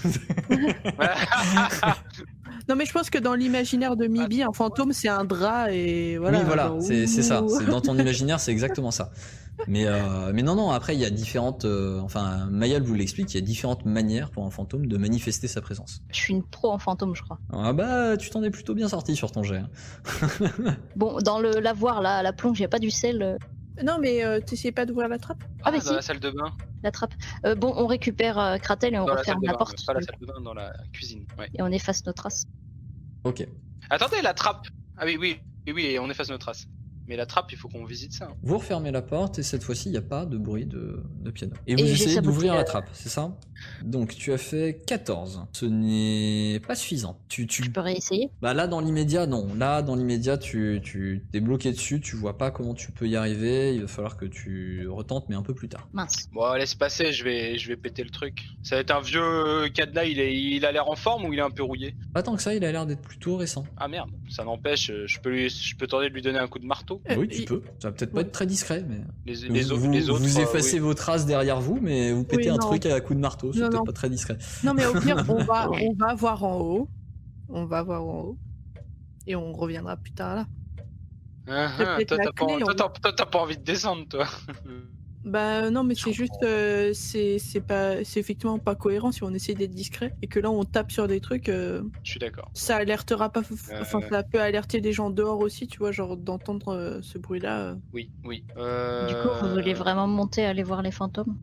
Non, mais je pense que dans l'imaginaire de Mibi, un fantôme c'est un drap et voilà.
oui, voilà,
genre,
c'est
ouh.
c'est ça. C'est dans ton imaginaire, c'est exactement ça. Mais, euh, mais non, non, après, il y a différentes. euh, enfin, Mayal vous l'explique, il y a différentes manières pour un fantôme de manifester sa présence.
Je suis une pro en fantôme, je crois.
Ah bah, tu t'en es plutôt bien sorti sur ton jet. hein.
Bon, dans le lavoir, là, à la plonge, il n'y a pas du sel, euh,
Non, mais euh, t'essayes pas d'ouvrir la trappe
Ah, mais
dans
si.
la salle de bain.
la trappe. Euh, bon, on récupère euh, Kratel et on
dans la salle
referme
de
la
bain,
porte.
Pas la salle de bain, dans la cuisine. Ouais.
Et on efface nos traces.
Ok.
Attendez, la trappe Ah oui, oui, oui, oui, et on efface nos traces. Mais la trappe, il faut qu'on visite ça.
Vous refermez la porte et cette fois-ci, il n'y a pas de bruit de, de piano. Et vous
j'ai
essayez
saboté
d'ouvrir
la-
la trappe, c'est ça Donc tu as fait 14. Ce n'est pas suffisant. Tu, tu...
Je peux réessayer.
Bah là, dans l'immédiat, non. Là, dans l'immédiat, tu, tu t'es bloqué dessus, tu vois pas comment tu peux y arriver. Il va falloir que tu retentes, mais un peu plus tard.
Mince.
Bon, laisse passer, je vais, je vais péter le truc. Ça va être un vieux cadenas, il, est, il a l'air en forme ou il est un peu rouillé
Pas tant que ça, il a l'air d'être plutôt récent.
Ah merde, ça n'empêche, euh, je peux, lui, je peux tenter de lui donner un coup de marteau.
Euh,
Ah Oui, tu
il-
peux. Ça va peut-être pas
Ouais.
être très discret, mais
Les,
vous,
les, au-
vous-
les autres.
vous
euh,
effacez
oui.
vos traces derrière vous, mais vous pétez un
non.
truc à coups de marteau. C'est
Non,
peut-être
non.
pas très discret.
Non, mais au pire, on va, on va voir en haut. On va voir en haut. Et on reviendra plus tard là.
Ah,
T'as
ah,
peut-être
Toi,
la
t'as pas,
clé,
toi,
on-
t'as- toi, t'as pas envie de descendre, toi.
Bah non, mais
Je
c'est juste, euh, c'est c'est pas, c'est effectivement pas cohérent si on essaie d'être discret et que là on tape sur des trucs. euh,
je suis d'accord.
ça alertera pas, enfin
Euh.
ça peut alerter les gens dehors aussi, tu vois, genre d'entendre euh, ce bruit-là. euh.
Oui, oui.
Du coup, vous
Euh,
voulez vraiment monter, aller voir les fantômes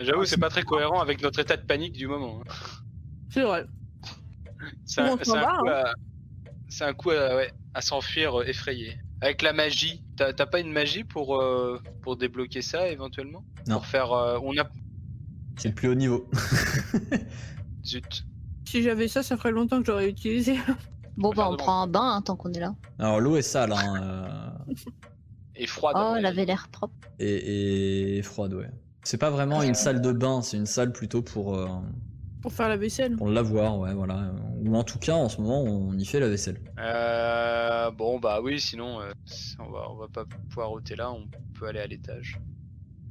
J'avoue, c'est pas très cohérent avec notre état de panique du moment. hein.
C'est vrai.
C'est
Bon,
un,
on s'en
c'est un
va, hein.
coup à- c'est un coup à, ouais, à s'enfuir euh, effrayé. Avec la magie, t'as t'as pas une magie pour, euh, pour débloquer ça éventuellement
Non.
Pour faire. euh, on a.
C'est le plus haut niveau.
Zut.
Si j'avais ça, ça ferait longtemps que j'aurais utilisé.
Bon, bah, on
Regarde-moi.
prend un bain hein, tant qu'on est là.
Alors l'eau est sale, hein, euh,
Et froid.
Oh, elle avait l'air propre.
et, et froide, ouais. C'est pas vraiment une salle de bain, c'est une salle plutôt pour, euh,
Pour faire la vaisselle.
pour le lavoir, ouais, voilà. Ou en tout cas, en ce moment, on y fait la vaisselle.
Euh, bon, bah oui, sinon, euh, on, va, on va pas pouvoir ôter là, on peut aller à l'étage.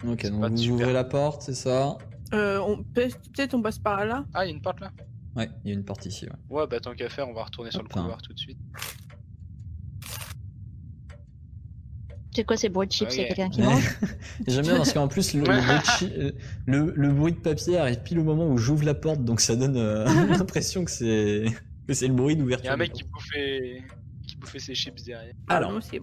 Ok,
C'est
donc
pas
vous
super.
ouvrez la porte, c'est ça
Euh, on peut- peut-être on passe par là.
Ah, il y a une porte là
Ouais, il y a une porte ici, ouais.
Ouais, bah tant qu'à faire, on va retourner sur le
Enfin.
couloir tout de suite.
C'est quoi ces bruits de chips
Ok.
C'est quelqu'un qui mange
J'aime bien parce qu'en plus, le, le bruit de chi- euh, le- le bruit de papier arrive pile au moment où j'ouvre la porte, donc ça donne euh, l'impression que c'est que c'est le bruit
Il y
d'ouverture.
a un mec
de
qui bouffait, qui bouffait ses chips derrière.
porte. Alors,
Moi, Ah c'est-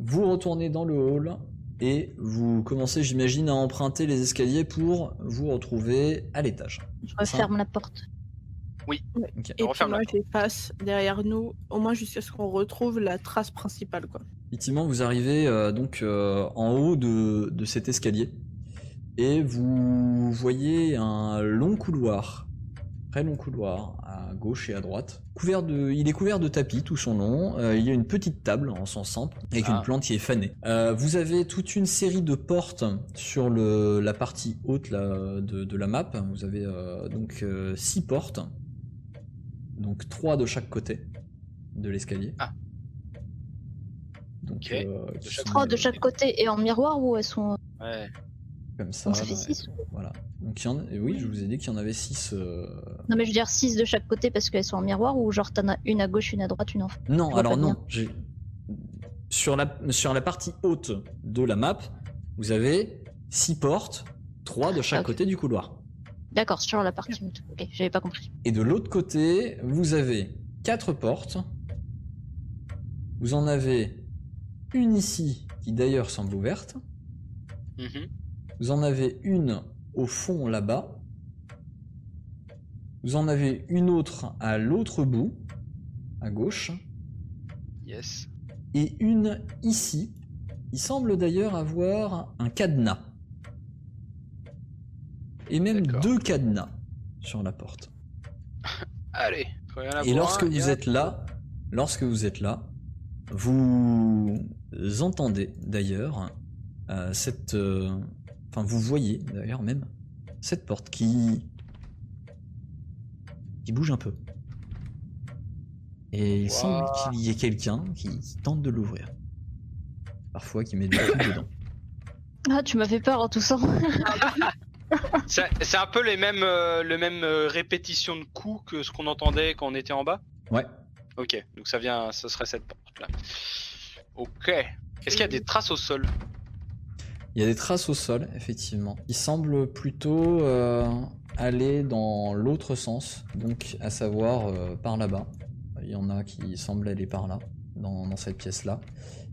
Vous retournez dans le hall et vous commencez, j'imagine, à emprunter les escaliers pour vous retrouver à l'étage.
Je referme la porte.
Et puis
referme la
moi, je les passe derrière nous, au moins jusqu'à ce qu'on retrouve la trace principale, quoi.
Effectivement, vous arrivez euh, donc euh, en haut de, de cet escalier et vous voyez un long couloir, très long couloir, à gauche et à droite. Couvert de, il est couvert de tapis tout son long. Euh, il y a une petite table en sens simple avec
Ah.
une plante qui est fanée. Euh, vous avez toute une série de portes sur le, la partie haute là, de, de la map. Vous avez euh, donc euh, six portes, donc trois de chaque côté de l'escalier.
Ah.
Donc,
Ok.
euh, qui
chaque
sont,
Trois
euh,
de chaque côté et en miroir ou elles sont.
Ouais.
comme ça.
Donc ça fait
dans-
six.
Voilà. Donc, il y en... et oui, je vous ai dit qu'il y en avait euh, 6.
Non, mais je veux dire six de chaque côté parce qu'elles sont en miroir ou genre t'en as une à gauche, une à droite, une en face.
Non,
vois
alors
pas
non.
bien.
j'ai- Sur, la... Sur la partie haute de la map, vous avez 6 portes, 3 de chaque
Ah, ok.
côté du couloir.
D'accord, sur la partie. haute. Ok, j'avais pas compris.
Et de l'autre côté, vous avez 4 portes. Vous en avez une ici, qui d'ailleurs semble ouverte.
Mhm.
Vous en avez une au fond là-bas. Vous en avez une autre à l'autre bout, à gauche,
Yes.
et une ici. Il semble d'ailleurs avoir un cadenas. Et même
D'accord.
deux cadenas sur la porte.
Allez. faut rien
Et
avoir, hein,
lorsque
il y
vous
a-
êtes là, lorsque vous êtes là, vous entendez d'ailleurs euh, cette, euh, enfin vous voyez d'ailleurs même cette porte qui qui bouge un peu. Et il
Ouah.
semble qu'il y ait quelqu'un qui, qui tente de l'ouvrir. Parfois qui met des trucs dedans.
Ah, tu m'as fait peur en toussant.
Bah, C'est c'est un peu les mêmes, euh, les mêmes euh, répétitions de coups que ce qu'on entendait quand on était en bas.
Ouais.
Ok, donc ça vient, ce serait cette porte là. Ok, Est-ce qu'il y a des traces au sol
Il y a des traces au sol, effectivement. Il semble plutôt euh, aller dans l'autre sens, donc à savoir euh, par là-bas. Il y en a qui semblent aller par là, dans, dans cette pièce-là.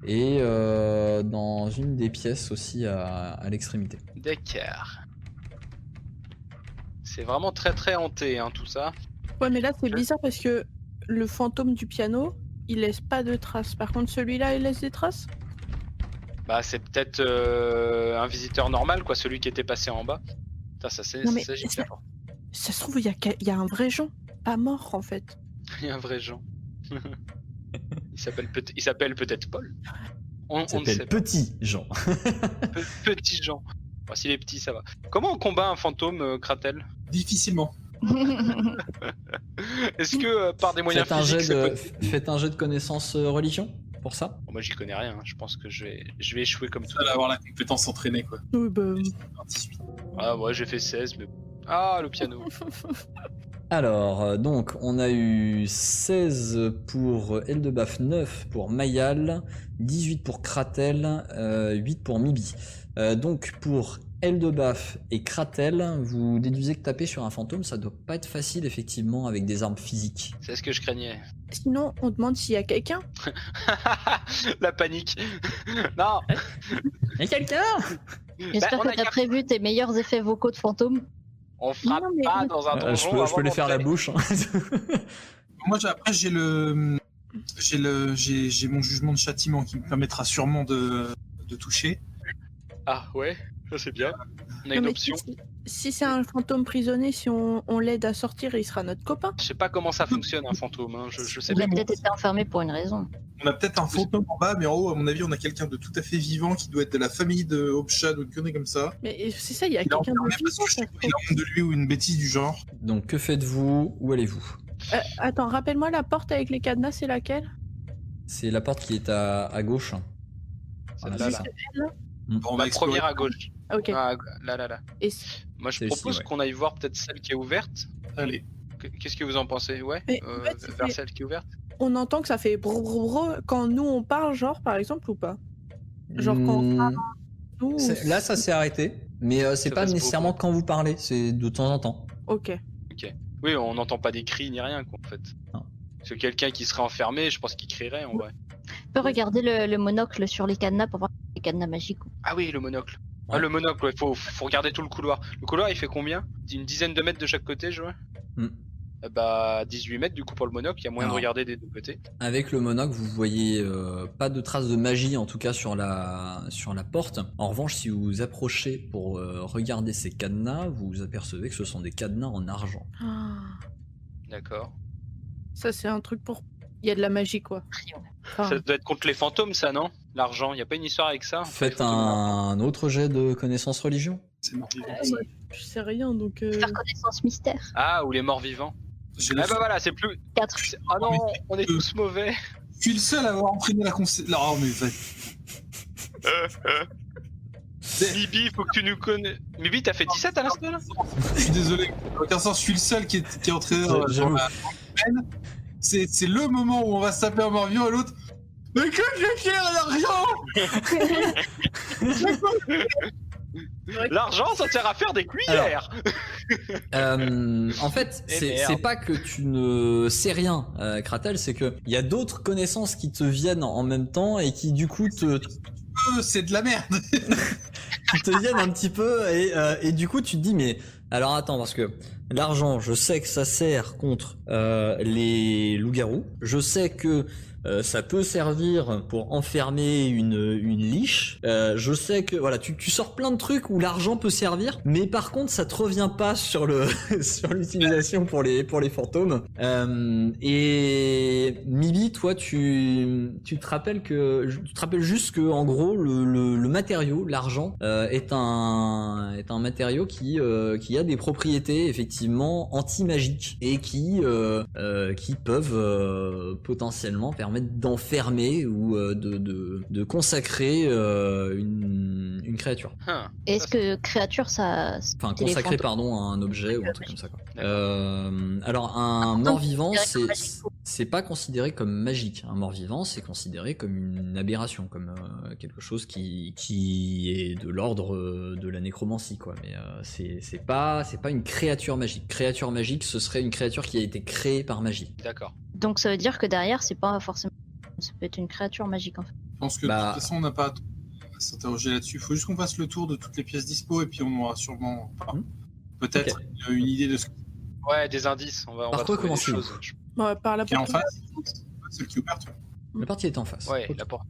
Et euh, dans une des pièces aussi à, à l'extrémité.
D'accord. C'est vraiment très très hanté hein, tout ça.
Ouais, mais là, c'est bizarre parce que le fantôme du piano, il laisse pas de traces. Par contre, celui-là, il laisse des traces
Bah c'est peut-être euh, un visiteur normal quoi, celui qui était passé en bas. Putain, ça c'est
Non, mais
ça, j'ai
ça-
peur.
Ça se trouve, il y, a quel- il y a un vrai Jean, pas mort en fait.
Il y a un vrai Jean. il s'appelle peut- il s'appelle peut-être Paul. On,
Il
on ne sait
s'appelle Petit Jean.
pas. Pe- Petit Jean. Bon, S'il est petit, ça va. Comment on combat un fantôme, euh, Kratel
Difficilement.
Est-ce que euh, par des moyens
Faites un,
physiques
jet
ça
de,
peut-
faites un jet de connaissance euh, religion pour ça
Bon, Moi, j'y connais rien. hein. Je pense que je vais, je vais échouer comme tout.
Tu vas avoir la compétence entraînée, quoi.
Oui, bah, oui.
18.
Ah, moi, j'ai fait 16, mais. Ah, le piano.
Alors, euh, donc, on a eu 16 pour Eldebaf, 9 pour Mayal, 18 pour Kratel, euh, 8 pour Mibi. Euh, donc, pour Eldebaf et Kratel, vous déduisez que taper sur un fantôme, ça doit pas être facile, effectivement, avec des armes physiques.
C'est ce que je craignais.
Sinon, on demande s'il y a quelqu'un.
la panique. non.
Mais quelqu'un
Bah,
J'espère
on
que
a
t'as
qu'à-
prévu tes meilleurs effets vocaux de fantôme.
On frappe
Non, mais-
pas dans un donjon.
Euh, Je peux, je
avant
peux les faire la
d'entrer.
bouche. hein.
Moi, j'ai- après, j'ai le. J'ai le. J'ai j'ai mon jugement de châtiment qui me permettra sûrement de, de toucher.
Ah ouais, ça c'est bien. On a
Non,
une
mais
option.
Si, si c'est un fantôme prisonnier, si on, on l'aide à sortir, il sera notre copain.
Je sais pas comment ça fonctionne un fantôme. hein. Je, je sais
Il
pas.
a
bien,
peut-être été enfermé pour une raison.
On a peut-être un fantôme en bas, mais en haut, à mon avis, on a quelqu'un de tout à fait vivant qui doit être de la famille de Hobshad ou une connerie comme ça.
Mais c'est ça, il y a
Il a
quelqu'un de
enfermé parce
vivant.
que je
ça
sais
se
pas, il a honte de lui ou une bêtise du genre.
donc, que faites-vous Où allez-vous
trouve. Euh, attends, rappelle-moi la porte avec les cadenas, c'est laquelle
C'est la porte qui est à, à gauche.
Celle-là,
c'est
là.
ça.
Bon, on va
La
explorer.
première à gauche.
Ah, Ok.
Ah, là, là, là.
Et c-
Moi je
Celle-ci,
propose
ouais.
qu'on aille voir peut-être celle qui est ouverte.
Allez.
Que- Qu'est-ce que vous en pensez Ouais.
Mais,
euh,
en fait, c'est-
vers celle qui est ouverte.
on entend que ça fait brou brou brou quand nous on parle, genre par exemple, ou pas Genre quand on
Hmm.
parle, nous,
C'est-
on-
Là, ça s'est arrêté, mais euh, c'est
Ça
pas
passe
nécessairement quand vous parlez, c'est de temps en temps.
Ok.
Oui, on n'entend pas des cris ni rien quoi, en fait.
Non.
Parce que quelqu'un qui serait enfermé, je pense qu'il crierait en vrai.
Tu peux regarder le, le monocle sur les cadenas pour voir si c'est des cadenas magiques. ou-
Ah oui, le monocle. Ah,
Ouais.
le monocle, il faut, faut regarder tout le couloir. Le couloir, il fait combien Une dizaine de mètres de chaque côté, je vois
Hmm.
Eh Bah, 18 mètres du coup pour le monocle, il y a moyen
Alors.
de regarder des deux côtés.
Avec le monocle, vous voyez euh, pas de traces de magie, en tout cas sur la, sur la porte. En revanche, si vous vous approchez pour euh, regarder ces cadenas, vous vous apercevez que ce sont des cadenas en argent.
Ah,
D'accord.
Ça c'est un truc pour. Il y a de la magie quoi. Enfin,
Ça doit être contre les fantômes, ça, non L'argent, il a pas une histoire avec ça
Faites un autre jet de connaissance religion.
C'est marrant.
moi, je sais rien donc. euh,
Faire connaissance mystère.
Ah, ou les morts vivants.
J'ai
Ah
le-
bah voilà, c'est plus...
4.
c'est- Ah non, on
euh,
est tous mauvais
Je suis le seul à avoir entraîné la conseil. Non, mais vas-y.
Bibi, faut que tu nous connais... Bibi, t'as fait 17 à l'instant, là
Je suis désolé, aucun sens, je suis le seul qui est, euh, qui est
Euh,
entré dans la-
J'avoue.
C'est c'est le moment où on va se taper un mort vivant et l'autre. Mais que je quitte l'argent
L'argent, ça sert à faire des cuillères
Euh, en fait,
Eh
c'est
merde.
c'est pas que tu ne sais rien, euh, Kratel, c'est que il y a d'autres connaissances qui te viennent en même temps et qui du coup te,
Euh, C'est de la merde
qui te viennent un petit peu et, euh, et du coup tu te dis mais alors attends parce que l'argent je sais que ça sert contre euh, les loups-garous je sais que euh, ça peut servir pour enfermer une, une liche Euh, je sais que voilà tu, tu sors plein de trucs où l'argent peut servir mais par contre ça te revient pas sur le sur l'utilisation pour les pour les fantômes Euh, et Mibi toi tu tu te rappelles que tu te rappelles juste que en gros le, le, le matériau l'argent euh, est un est un matériau qui euh, qui a des propriétés effectivement anti magiques et qui euh, euh, qui peuvent euh, potentiellement permettre permettre d'enfermer ou euh, de, de, de consacrer euh, une, une créature.
Hein.
Et Est-ce que créature, ça.
Enfin,
C'est les
consacrer,
fantômes.
pardon, à un objet ou un truc comme ça. Quoi.
D'accord.
Euh, alors, un
fantôme,
mort-vivant,
Ah, c'est
c'est
considéré comme magique.
c'est pas considéré comme magique. Un mort-vivant, c'est considéré comme une aberration, comme euh, quelque chose qui, qui est de l'ordre euh, de la nécromancie, quoi. Mais euh, c'est c'est pas c'est pas une créature magique. Créature magique, ce serait une créature qui a été créée par magie.
D'accord.
Donc ça veut dire que derrière, c'est pas forcément. Ça peut être une créature magique en fait.
Je pense que
Bah.
de toute façon, on n'a pas à s'interroger là-dessus. Il faut juste qu'on fasse le tour de toutes les pièces dispo et puis on aura sûrement pas-
Hmm.
peut-être une, une idée de ce qu'il
Ouais, des indices. On va, on
Par
va
quoi
trouver des
commencer
choses. Je-
Bon, par la
y a en
porte.
face. Celle qui est ouverte.
La partie est en face.
Ouais,
Ok.
la porte.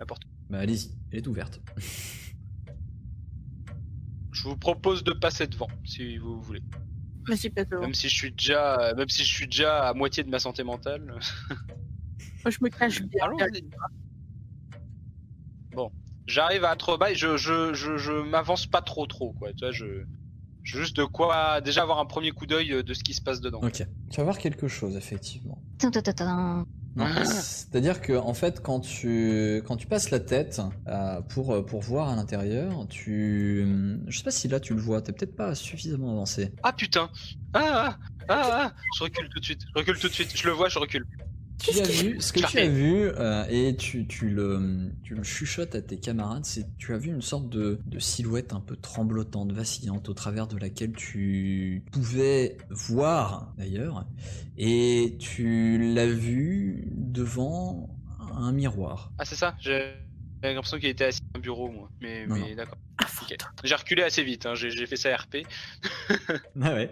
La porte.
Bah allez-y, elle est ouverte.
Je vous propose de passer devant, si vous voulez.
Vas-y, passe devant.
Même si je suis déjà, euh, même si je suis déjà à moitié de ma santé mentale.
Moi, je me cache bien.
Allons. Bon, j'arrive à Atroba et je, je, je, je m'avance pas trop trop quoi. Tu vois, je, je- juste de quoi déjà avoir un premier coup d'œil euh, de ce qui se passe dedans.
Ok. Tu vas voir quelque chose effectivement.
Tin, tin, tin, tin.
Non, C'est-à-dire que en fait, quand tu quand tu passes la tête euh, pour pour voir à l'intérieur, tu je sais pas si là tu le vois, t'es peut-être pas suffisamment avancé.
Ah putain Ah ah, ah ah Je recule tout de suite. Je recule tout de suite. Je le vois, je recule.
Tu as vu ce que tu as
Charlie.
vu euh, et tu tu le tu le chuchotes à tes camarades, c'est tu as vu une sorte de de silhouette un peu tremblotante, vacillante au travers de laquelle tu pouvais voir d'ailleurs et tu l'as vu devant un miroir.
Ah c'est ça. J'ai j'avais l'impression qu'il était assis à un bureau moi. Mais,
Non,
mais d'accord.
Ah,
Ok. J'ai reculé assez vite. hein, J'ai j'ai fait ça RP.
Ah ouais.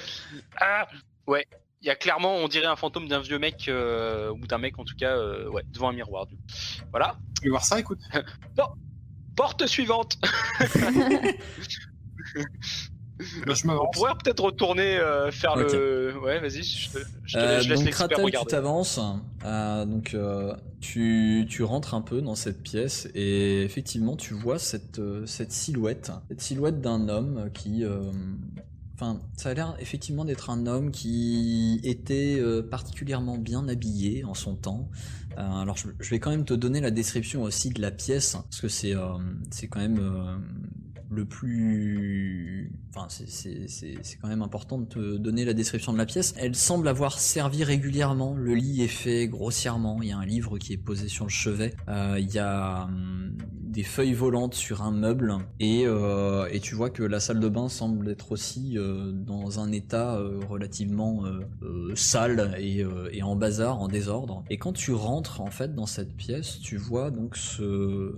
Ah Ouais. Il y a clairement, on dirait un fantôme d'un vieux mec euh, ou d'un mec en tout cas, euh, ouais, devant un miroir. Du coup. Voilà.
Tu veux voir ça, écoute.
Porte suivante.
Bah, je
On
m'avance.
pourrait peut-être retourner euh, faire
Ok.
le. Ouais, vas-y, je, te- je te
Euh,
laisse- je laisse
donc
l'expert
Kratel, tu
regarder.
t'avances, euh, donc euh, tu, tu rentres un peu dans cette pièce et effectivement tu vois cette, euh, cette silhouette, cette silhouette d'un homme qui, euh, enfin, ça a l'air effectivement d'être un homme qui était euh, particulièrement bien habillé en son temps. Euh, alors je, je vais quand même te donner la description aussi de la pièce parce que c'est euh, c'est quand même euh, le plus. Enfin, c'est- c'est c'est- c'est quand même important de te donner la description de la pièce. Elle semble avoir servi régulièrement. Le lit est fait grossièrement. Il y a un livre qui est posé sur le chevet. Euh, il y a hum, des feuilles volantes sur un meuble. Et, euh, et tu vois que la salle de bain semble être aussi euh, dans un état euh, relativement euh, euh, sale et, euh, et en bazar, en désordre. Et quand tu rentres en fait dans cette pièce, tu vois donc ce,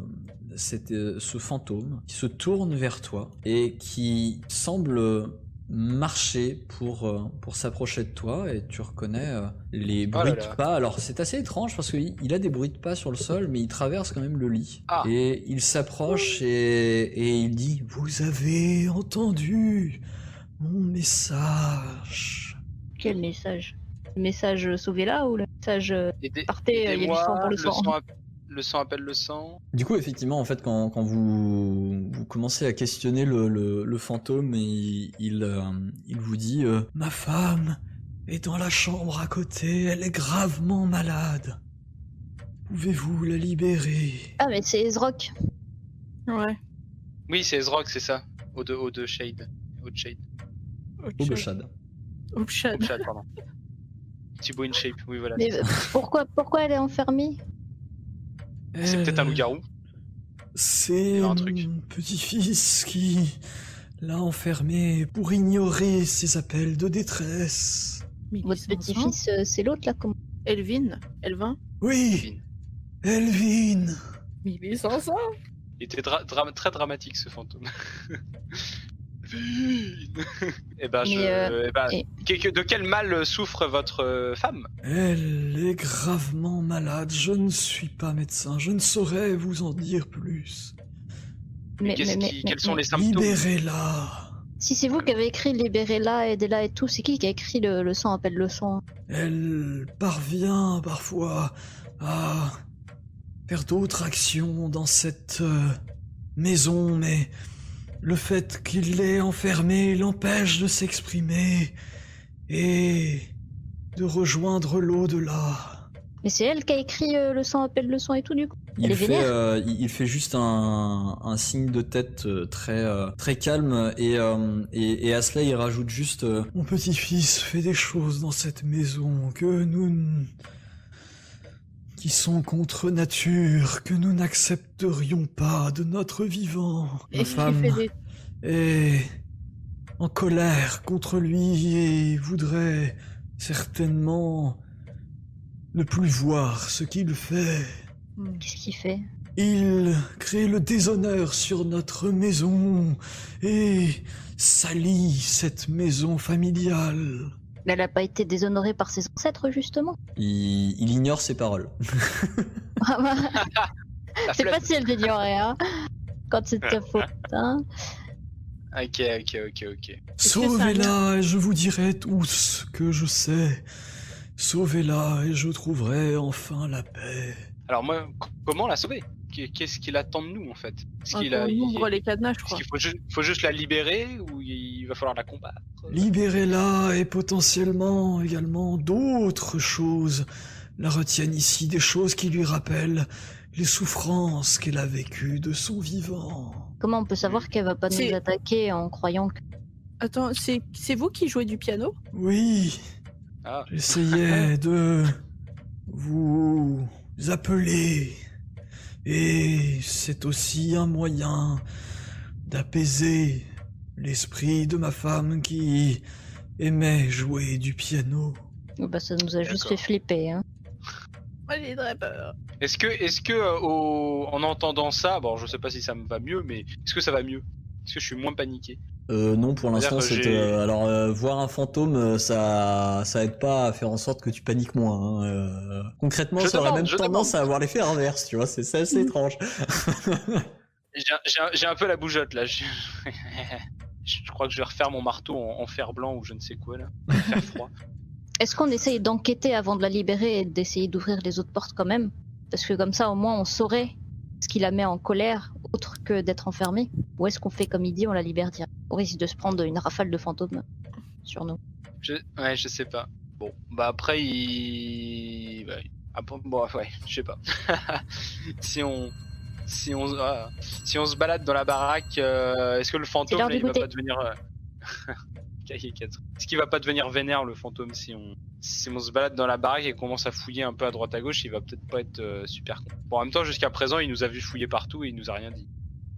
cet, euh, ce fantôme qui se tourne vers toi et qui semble marcher pour, euh, pour s'approcher de toi et tu reconnais euh, les
Oh là
bruits
là.
de pas. Alors c'est assez étrange parce qu'il il a des bruits de pas sur le sol mais il traverse quand même le lit.
Ah.
Et il s'approche et, et il dit Vous avez entendu mon message.
Quel message Le message euh, sauvez-la ou le message euh,
Aidez-
partez, il y a du
aidez-moi,
sang pour le sang.
app- le sang appelle le sang.
Du coup, effectivement, en fait, quand, quand vous, vous commencez à questionner le, le, le fantôme, il, il, euh, il vous dit euh, Ma femme est dans la chambre à côté, elle est gravement malade. Pouvez-vous la libérer
Ah, mais c'est Ezrock.
Ouais.
Oui, c'est Ezrock, c'est ça. Au de, au de Shade. Au de Shade.
Au
Obshad.
Bechad.
Au de Shade, pardon. Thibaut in Shape, oui, voilà.
Mais euh, pourquoi, pourquoi elle est enfermée
C'est peut-être un
Elle-
loup-garou.
Euh, C'est
Un
mon
truc.
petit-fils qui l'a enfermé pour ignorer ses appels de détresse.
Votre petit-fils, euh, c'est l'autre là comment
Elvin. Elvin.
Oui, Elvin.
1500
Il était dra- dra- très dramatique ce fantôme. et ben, je,
Mais, euh,
eh ben,
et-
que- que- de quel mal souffre votre euh, femme
Elle est gravement malade, je ne suis pas médecin, je ne saurais vous en dire plus.
Mais-
Qu'est-ce
mais-
qui-
mais-
Quels sont
mais-
les symptômes
Libérez-la
Si c'est vous qui avez écrit Libérez-la, aidez-la et tout, c'est qui qui a écrit le, le sang appelle le sang
Elle parvient parfois à faire d'autres actions dans cette euh, maison, mais le fait qu'il l'ait enfermée l'empêche de s'exprimer et de rejoindre l'au-delà.
Mais c'est elle qui a écrit euh, le sang appelle le sang et tout, du coup. Elle
Il
est
fait,
vénère.
euh, il il fait juste un, un signe de tête euh, très euh, très calme et, euh, et, et à cela il rajoute juste euh, Mon petit-fils fait des choses dans cette maison que nous n- qui sont contre nature, que nous n'accepterions pas de notre vivant. Ma
Et qui
femme
fait des-
est en colère contre lui et voudrait certainement ne plus voir ce qu'il fait.
Hmm.
Qu'est-ce qu'il fait
Il crée le déshonneur sur notre maison et salit cette maison familiale.
Mais elle a pas été déshonorée par ses ancêtres, justement.
Il, il ignore ses paroles.
Ah bah,
La
c'est
flemme.
pas si elle l'ignorait, hein. Quand c'est de ta faute, hein.
Ok, ok, ok, ok.
Est-ce que ça
Sauvez-la et je vous dirai tout ce que je sais. Sauvez-la et je trouverai enfin la paix.
Alors moi, c- comment la sauver Qu- Qu'est-ce qu'il attend de nous en fait Est-ce
Enfin,
qu'il a-
qu'on
il-
ouvre les cadenas, je
est-ce
crois.
qu'il faut, ju- faut juste la libérer ou il va falloir la combattre
Libérez-la et potentiellement également d'autres choses la retiennent ici, des choses qui lui rappellent les souffrances qu'elle a vécues de son vivant.
Comment on peut savoir qu'elle va pas
C'est-
nous attaquer en croyant que.
Attends, c'est c'est vous qui jouez du piano
Oui,
Ah,
j'essayais de vous appeler et c'est aussi un moyen d'apaiser l'esprit de ma femme qui aimait jouer du piano.
Oh Bah, ça nous a juste
D'accord.
fait flipper, hein.
Ouais, les drapeurs.
Est-ce que, est-ce que euh, au- en entendant ça, bon, je sais pas si ça me va mieux, mais est-ce que ça va mieux Est-ce que je suis moins paniqué
Euh, non, pour
C'est-à-dire
l'instant,
que
c'est
j'ai-
euh, alors euh, voir un fantôme, euh, ça ça aide pas à faire en sorte que tu paniques moins. hein, euh. Concrètement,
Je
ça aurait
demande, Mmh.
même
je
tendance à avoir l'effet inverse, tu vois. C'est c'est assez étrange.
J'ai un- j'ai un- j'ai un peu la bougeotte là. Je... je crois que je vais refaire mon marteau en, en fer blanc ou je ne sais quoi là. Fer froid.
Est-ce qu'on essaye d'enquêter avant de la libérer et d'essayer d'ouvrir les autres portes quand même Parce que comme ça, au moins, on saurait ce qui la met en colère, autre que d'être enfermée. Ou est-ce qu'on fait comme il dit, on la libère direct On risque de se prendre une rafale de fantômes sur nous.
Je... Ouais, je sais pas. Bon, bah après il. ouais. Après, bon, ouais, je sais pas. si on, si on, ah. si on se balade dans la baraque, euh, est-ce que le fantôme
l'heure
là,
du
il va
goûter.
pas devenir. euh, caricature. Est-ce qu'il va pas devenir vénère le fantôme si on, si on se balade dans la baraque et qu'on commence à fouiller un peu à droite à gauche, il va peut-être pas être euh, super con. Bon, en même temps, jusqu'à présent, il nous a vu fouiller partout et il nous a rien dit.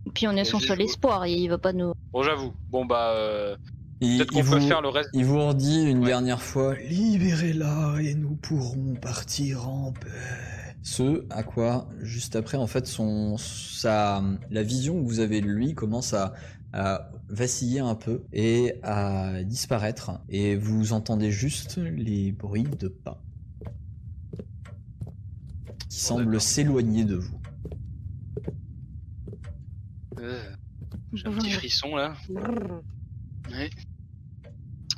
Et puis on est
Et
son
j'ai
seul
chaud.
espoir, et il va pas nous...
Bon, j'avoue. Bon bah, euh,
Il,
peut-être qu'on peut faire le reste.
il vous redit une
Ouais.
dernière fois libérez-la et nous pourrons partir en paix. Ce à quoi juste après en fait son sa la vision que vous avez de lui commence à à vaciller un peu et à disparaître et vous entendez juste les bruits de pas qui semblent
d'accord.
s'éloigner de vous.
Euh, J'ai un petit frisson là. Ouais.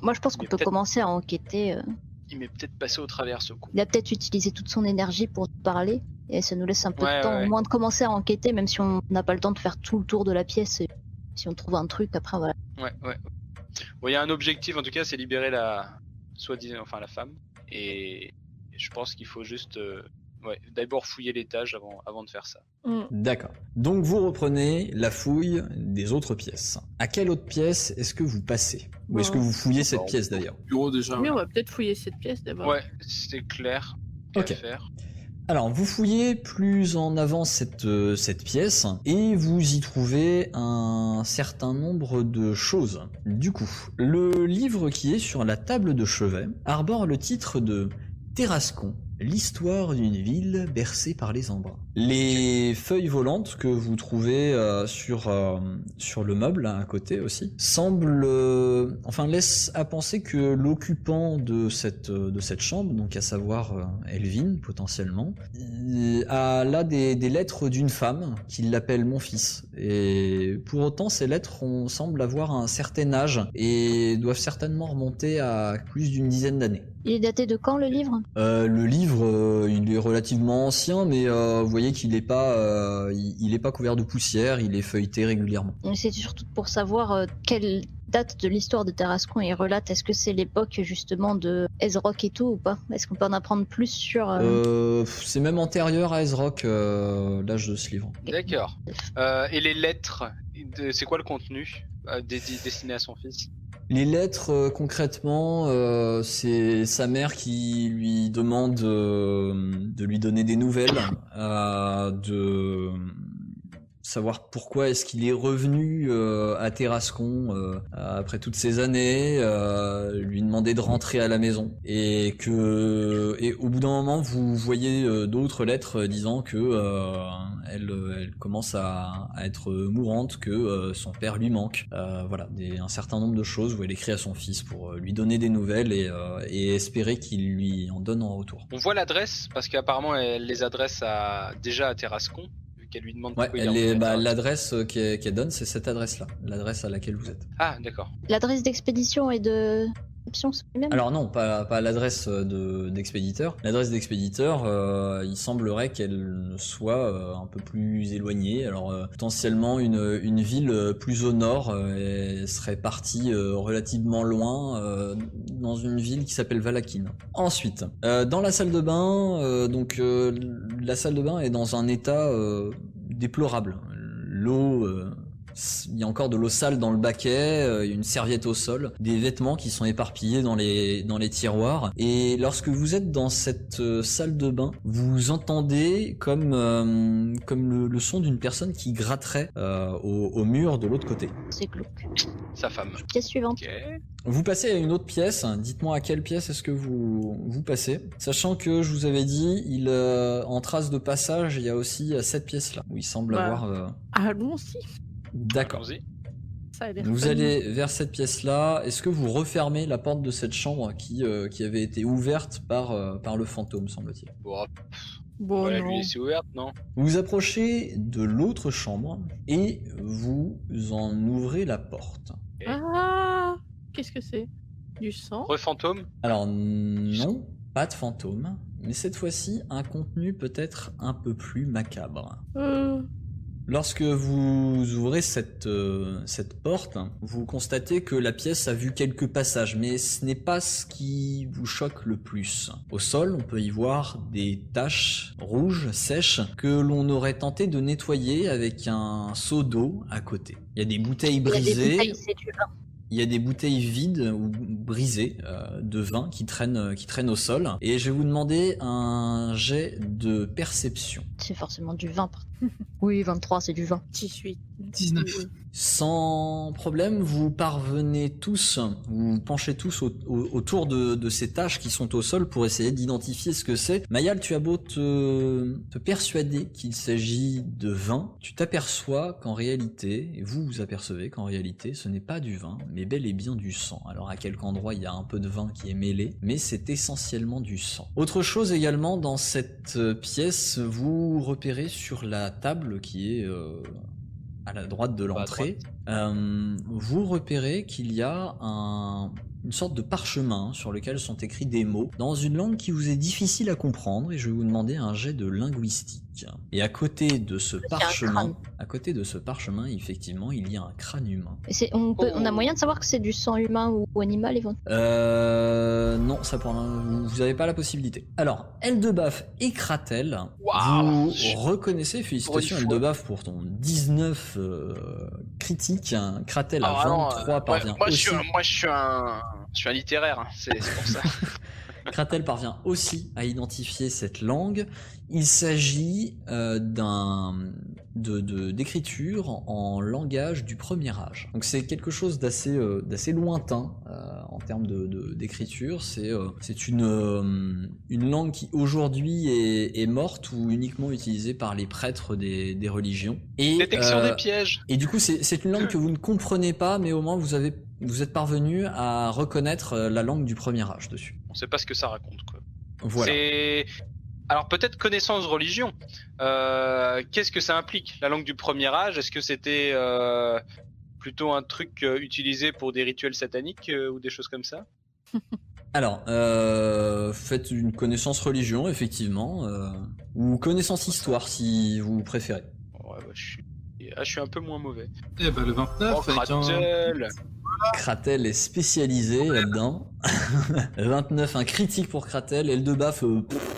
Moi, je pense qu'on
Mais
peut
peut-être-
commencer à enquêter. euh.
Il m'est peut-être passé au travers ce con.
Il a peut-être utilisé toute son énergie pour nous parler, et ça nous laisse un peu
Ouais,
de temps
ouais, ouais.
au moins de commencer à enquêter, même si on n'a pas le temps de faire tout le tour de la pièce. Si on trouve un truc, après, voilà.
Ouais, ouais. Bon, il y a un objectif en tout cas, c'est libérer la soi-disant, enfin la femme. Et je pense qu'il faut juste, euh, ouais, d'abord fouiller l'étage avant, avant de faire ça.
Hmm.
D'accord. Donc vous reprenez la fouille des autres pièces. À quelle autre pièce est-ce que vous passez Ou
Bah,
est-ce que vous fouillez cette
Bon.
pièce d'ailleurs
Bureau déjà.
Mais on va peut-être fouiller cette pièce d'abord.
Ouais, c'est clair. Qu'à
Ok.
faire.
Alors, vous fouillez plus en avant cette, euh, cette pièce et vous y trouvez un certain nombre de choses. Du coup, le livre qui est sur la table de chevet arbore le titre de Terrascon, l'histoire d'une ville bercée par les embruns. Les feuilles volantes que vous trouvez euh, sur, euh, sur le meuble là, à côté aussi semblent, euh, enfin laissent à penser que l'occupant de cette, euh, de cette chambre, donc à savoir euh, Elvin potentiellement, il a là des, des lettres d'une femme qui l'appelle mon fils. Et pour autant, ces lettres on semble avoir un certain âge et doivent certainement remonter à plus d'une dizaine d'années.
Il est daté de quand, le livre
Euh, le livre, livre, euh, il est relativement ancien, mais euh, vous voyez qu'il n'est pas, euh, il, il est pas couvert de poussière, il est feuilleté régulièrement.
Mais C'est surtout pour savoir euh, quelle date de l'histoire de Tarascon il relate. Est-ce que c'est l'époque justement de Ezrock et tout ou pas Est-ce qu'on peut en apprendre plus sur... euh,
Euh, pff, c'est même antérieur à Ezrock, euh, l'âge de ce livre.
D'accord. Euh, et les lettres, de- c'est quoi le contenu euh, dé- dé- destiné à son fils
Les lettres, euh, concrètement, euh, c'est sa mère qui lui demande euh, de lui donner des nouvelles, euh, de savoir pourquoi est-ce qu'il est revenu euh, à Terrascon euh, après toutes ces années, euh, lui demander de rentrer à la maison et que et au bout d'un moment vous voyez euh, d'autres lettres disant que euh, elle, euh, elle commence à, à être mourante, que euh, son père lui manque. Euh, voilà, des, un certain nombre de choses où elle écrit à son fils pour euh, lui donner des nouvelles et, euh, et espérer qu'il lui en donne en retour.
On voit l'adresse, parce qu'apparemment elle les adresse à, déjà à Terrascon, vu qu'elle lui demande
Ouais,
pourquoi il
elle
est
est,
revenu à
bah,
Terrascon.
l'adresse euh, qu'elle qu'elle donne, c'est cette adresse-là, l'adresse à laquelle vous êtes.
Ah, d'accord.
L'adresse d'expédition et de... réception, c'est la même
Alors non, pas, pas l'adresse euh, de- d'expéditeur. l'adresse d'expéditeur, euh, il semblerait qu'elle soit euh, un peu plus éloignée. Alors euh, potentiellement une, une ville euh, plus au nord euh, et serait partie euh, relativement loin euh, dans une ville qui s'appelle Valakin. Ensuite, euh, dans la salle de bain, euh, donc euh, la salle de bain est dans un état euh, déplorable. L'eau euh, il y a encore de l'eau sale dans le baquet, euh, une serviette au sol, des vêtements qui sont éparpillés dans les, dans les tiroirs. Et lorsque vous êtes dans cette euh, salle de bain, vous entendez comme, euh, comme le, le son d'une personne qui gratterait euh, au, au mur de l'autre côté.
C'est glauque.
Sa femme.
Pièce suivante.
Ok.
Vous passez à une autre pièce. Dites-moi à quelle pièce est-ce que vous, vous passez. Sachant que je vous avais dit, il, euh, en trace de passage, il y a aussi euh, cette pièce-là, où il semble
Ouais.
avoir... euh,
Allons-y.
D'accord.
Allons-y.
Ça a l'air
Vous
fun.
allez vers cette pièce-là. Est-ce que vous refermez la porte de cette chambre qui, euh, qui avait été ouverte par, euh, par le fantôme, semble-t-il
Bon,
Bon,
voilà,
Oh non.
lui c'est ouverte, non
Vous vous approchez de l'autre chambre et vous en ouvrez la porte.
Ah Qu'est-ce que c'est Du sang
Refantôme
Alors non, pas de fantôme, mais cette fois-ci un contenu peut-être un peu plus macabre.
Euh,
Lorsque vous ouvrez cette, euh, cette porte, vous constatez que la pièce a vu quelques passages, mais ce n'est pas ce qui vous choque le plus. Au sol, on peut y voir des taches rouges, sèches, que l'on aurait tenté de nettoyer avec un seau d'eau à côté. Il y a des bouteilles
Ah, Il y a des
brisées,
bouteilles, c'est du vin.
il y a des bouteilles vides ou brisées euh, de vin qui traînent, euh, qui traînent au sol. Et je vais vous demander un jet de perception.
C'est forcément du vin. par- oui, 23, c'est du vin.
18.
19.
Sans problème, vous parvenez tous, vous vous penchez tous au- au- autour de, de ces tâches qui sont au sol pour essayer d'identifier ce que c'est. Mayal, tu as beau te, te persuader qu'il s'agit de vin, tu t'aperçois qu'en réalité, et vous vous apercevez qu'en réalité, ce n'est pas du vin, mais bel et bien du sang. Alors à quelque endroit, il y a un peu de vin qui est mêlé, mais c'est essentiellement du sang. Autre chose également, dans cette euh, pièce, vous repérez sur la table qui est... euh, à la droite de
Bah, à
l'entrée, euh, vous repérez qu'il y a un- une sorte de parchemin sur lequel sont écrits des mots dans une langue qui vous est difficile à comprendre et je vais vous demander un jet de linguistique. Et à côté de ce parchemin,
crâne.
à côté de ce parchemin, effectivement, il y a un crâne humain.
Et c'est- on, peut- on a
Oh.
moyen de savoir que c'est du sang humain ou, ou animal éventuellement.
Euh, non, ça pour l'in- vous- vous n'avez pas la possibilité. Alors, Eldebaf et Kratel,
Waouh.
vous oh, reconnaissez, félicitations
Pour une fois.
Eldebaf pour ton 19 euh, critique, hein. Kratel à
Ah, non,
23
euh,
parvient
moi, moi, je
aussi.
suis un, moi je suis un, je suis un littéraire, hein, c'est c'est pour ça.
Kratel parvient aussi à identifier cette langue. Il s'agit euh, d'un de- de- d'écriture en langage du premier âge. Donc c'est quelque chose d'assez euh, d'assez lointain euh, en termes de- de- d'écriture. c'est euh, c'est une euh, une langue qui aujourd'hui est, est morte ou uniquement utilisée par les prêtres des, des religions. Et,
Détection
euh,
des pièges.
et du coup, c'est c'est une langue que vous ne comprenez pas, mais au moins vous avez vous êtes parvenu à reconnaître euh, la langue du premier âge dessus.
On sait pas ce que ça raconte, quoi.
Voilà.
C'est. Alors peut-être connaissance religion. Euh, Qu'est-ce que ça implique La langue du premier âge, est-ce que c'était euh, plutôt un truc euh, utilisé pour des rituels sataniques euh, ou des choses comme ça
Alors, euh, faites une connaissance religion, effectivement, euh, ou connaissance histoire, si vous préférez.
Ouais, bah, je suis. Ah, je suis un peu moins mauvais.
Eh ben, le 29,
Oh,
avec un-
Kratel
Kratel est spécialisé là-dedans. 29, un critique pour Kratel, et le de baf. euh, pff,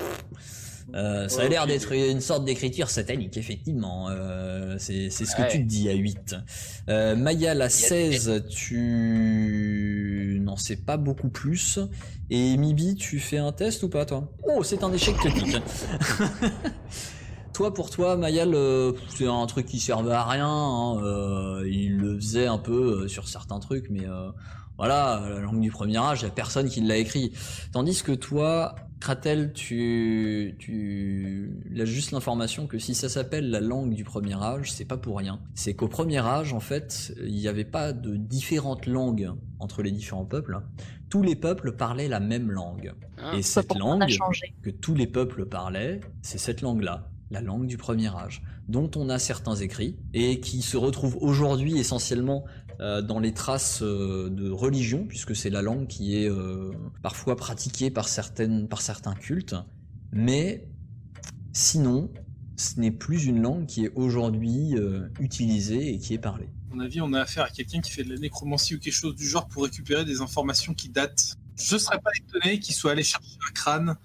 euh, ça a l'air d'être une sorte d'écriture satanique, effectivement. Euh, c'est c'est ce que
Ouais.
tu te dis à 8. Euh, Maya, la 16, tu n'en sais pas beaucoup plus. Et Mibi, tu fais un test ou pas, toi Oh, c'est un échec critique. Toi, pour toi, Mayal, euh, c'est un truc qui servait à rien. hein, euh, il le faisait un peu euh, sur certains trucs, mais euh, voilà, la langue du premier âge, il a personne qui l'a écrit. Tandis que toi, Kratel, tu, tu as juste l'information que si ça s'appelle la langue du premier âge, c'est pas pour rien. C'est qu'au premier âge, en fait, il n'y avait pas de différentes langues entre les différents peuples. Tous les peuples parlaient la même langue.
Ah,
Et cette
Pourquoi on a
langue,
changé.
que tous les peuples parlaient, c'est cette langue-là, la langue du premier âge, dont on a certains écrits et qui se retrouve aujourd'hui essentiellement euh, dans les traces euh, de religion, puisque c'est la langue qui est euh, parfois pratiquée par, certaines, par certains cultes. Mais sinon, ce n'est plus une langue qui est aujourd'hui euh, utilisée et qui est parlée.
À mon avis, on a affaire à quelqu'un qui fait de la nécromancie ou quelque chose du genre pour récupérer des informations qui datent. Je serais pas étonné qu'il soit allé chercher un crâne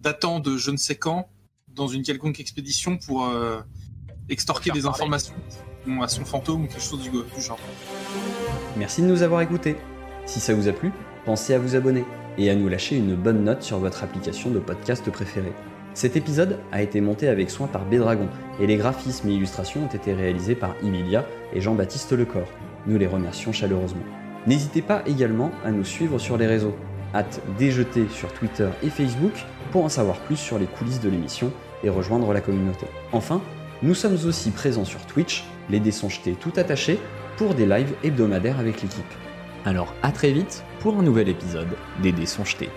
datant de je ne sais quand dans une quelconque expédition pour euh, extorquer
Pour faire
des
parler.
informations bon, à son fantôme ou quelque chose du, go- du genre.
Merci de nous avoir écoutés. Si ça vous a plu, pensez à vous abonner et à nous lâcher une bonne note sur votre application de podcast préférée. Cet épisode a été monté avec soin par Bédragon et les graphismes et illustrations ont été réalisés par Emilia et Jean-Baptiste Lecor. Nous les remercions chaleureusement. N'hésitez pas également à nous suivre sur les réseaux, hâte déjeter sur Twitter et Facebook pour en savoir plus sur les coulisses de l'émission et rejoindre la communauté. Enfin, nous sommes aussi présents sur Twitch, les dés sont jetés tout attachés pour des lives hebdomadaires avec l'équipe. Alors à très vite pour un nouvel épisode des dés sont jetés.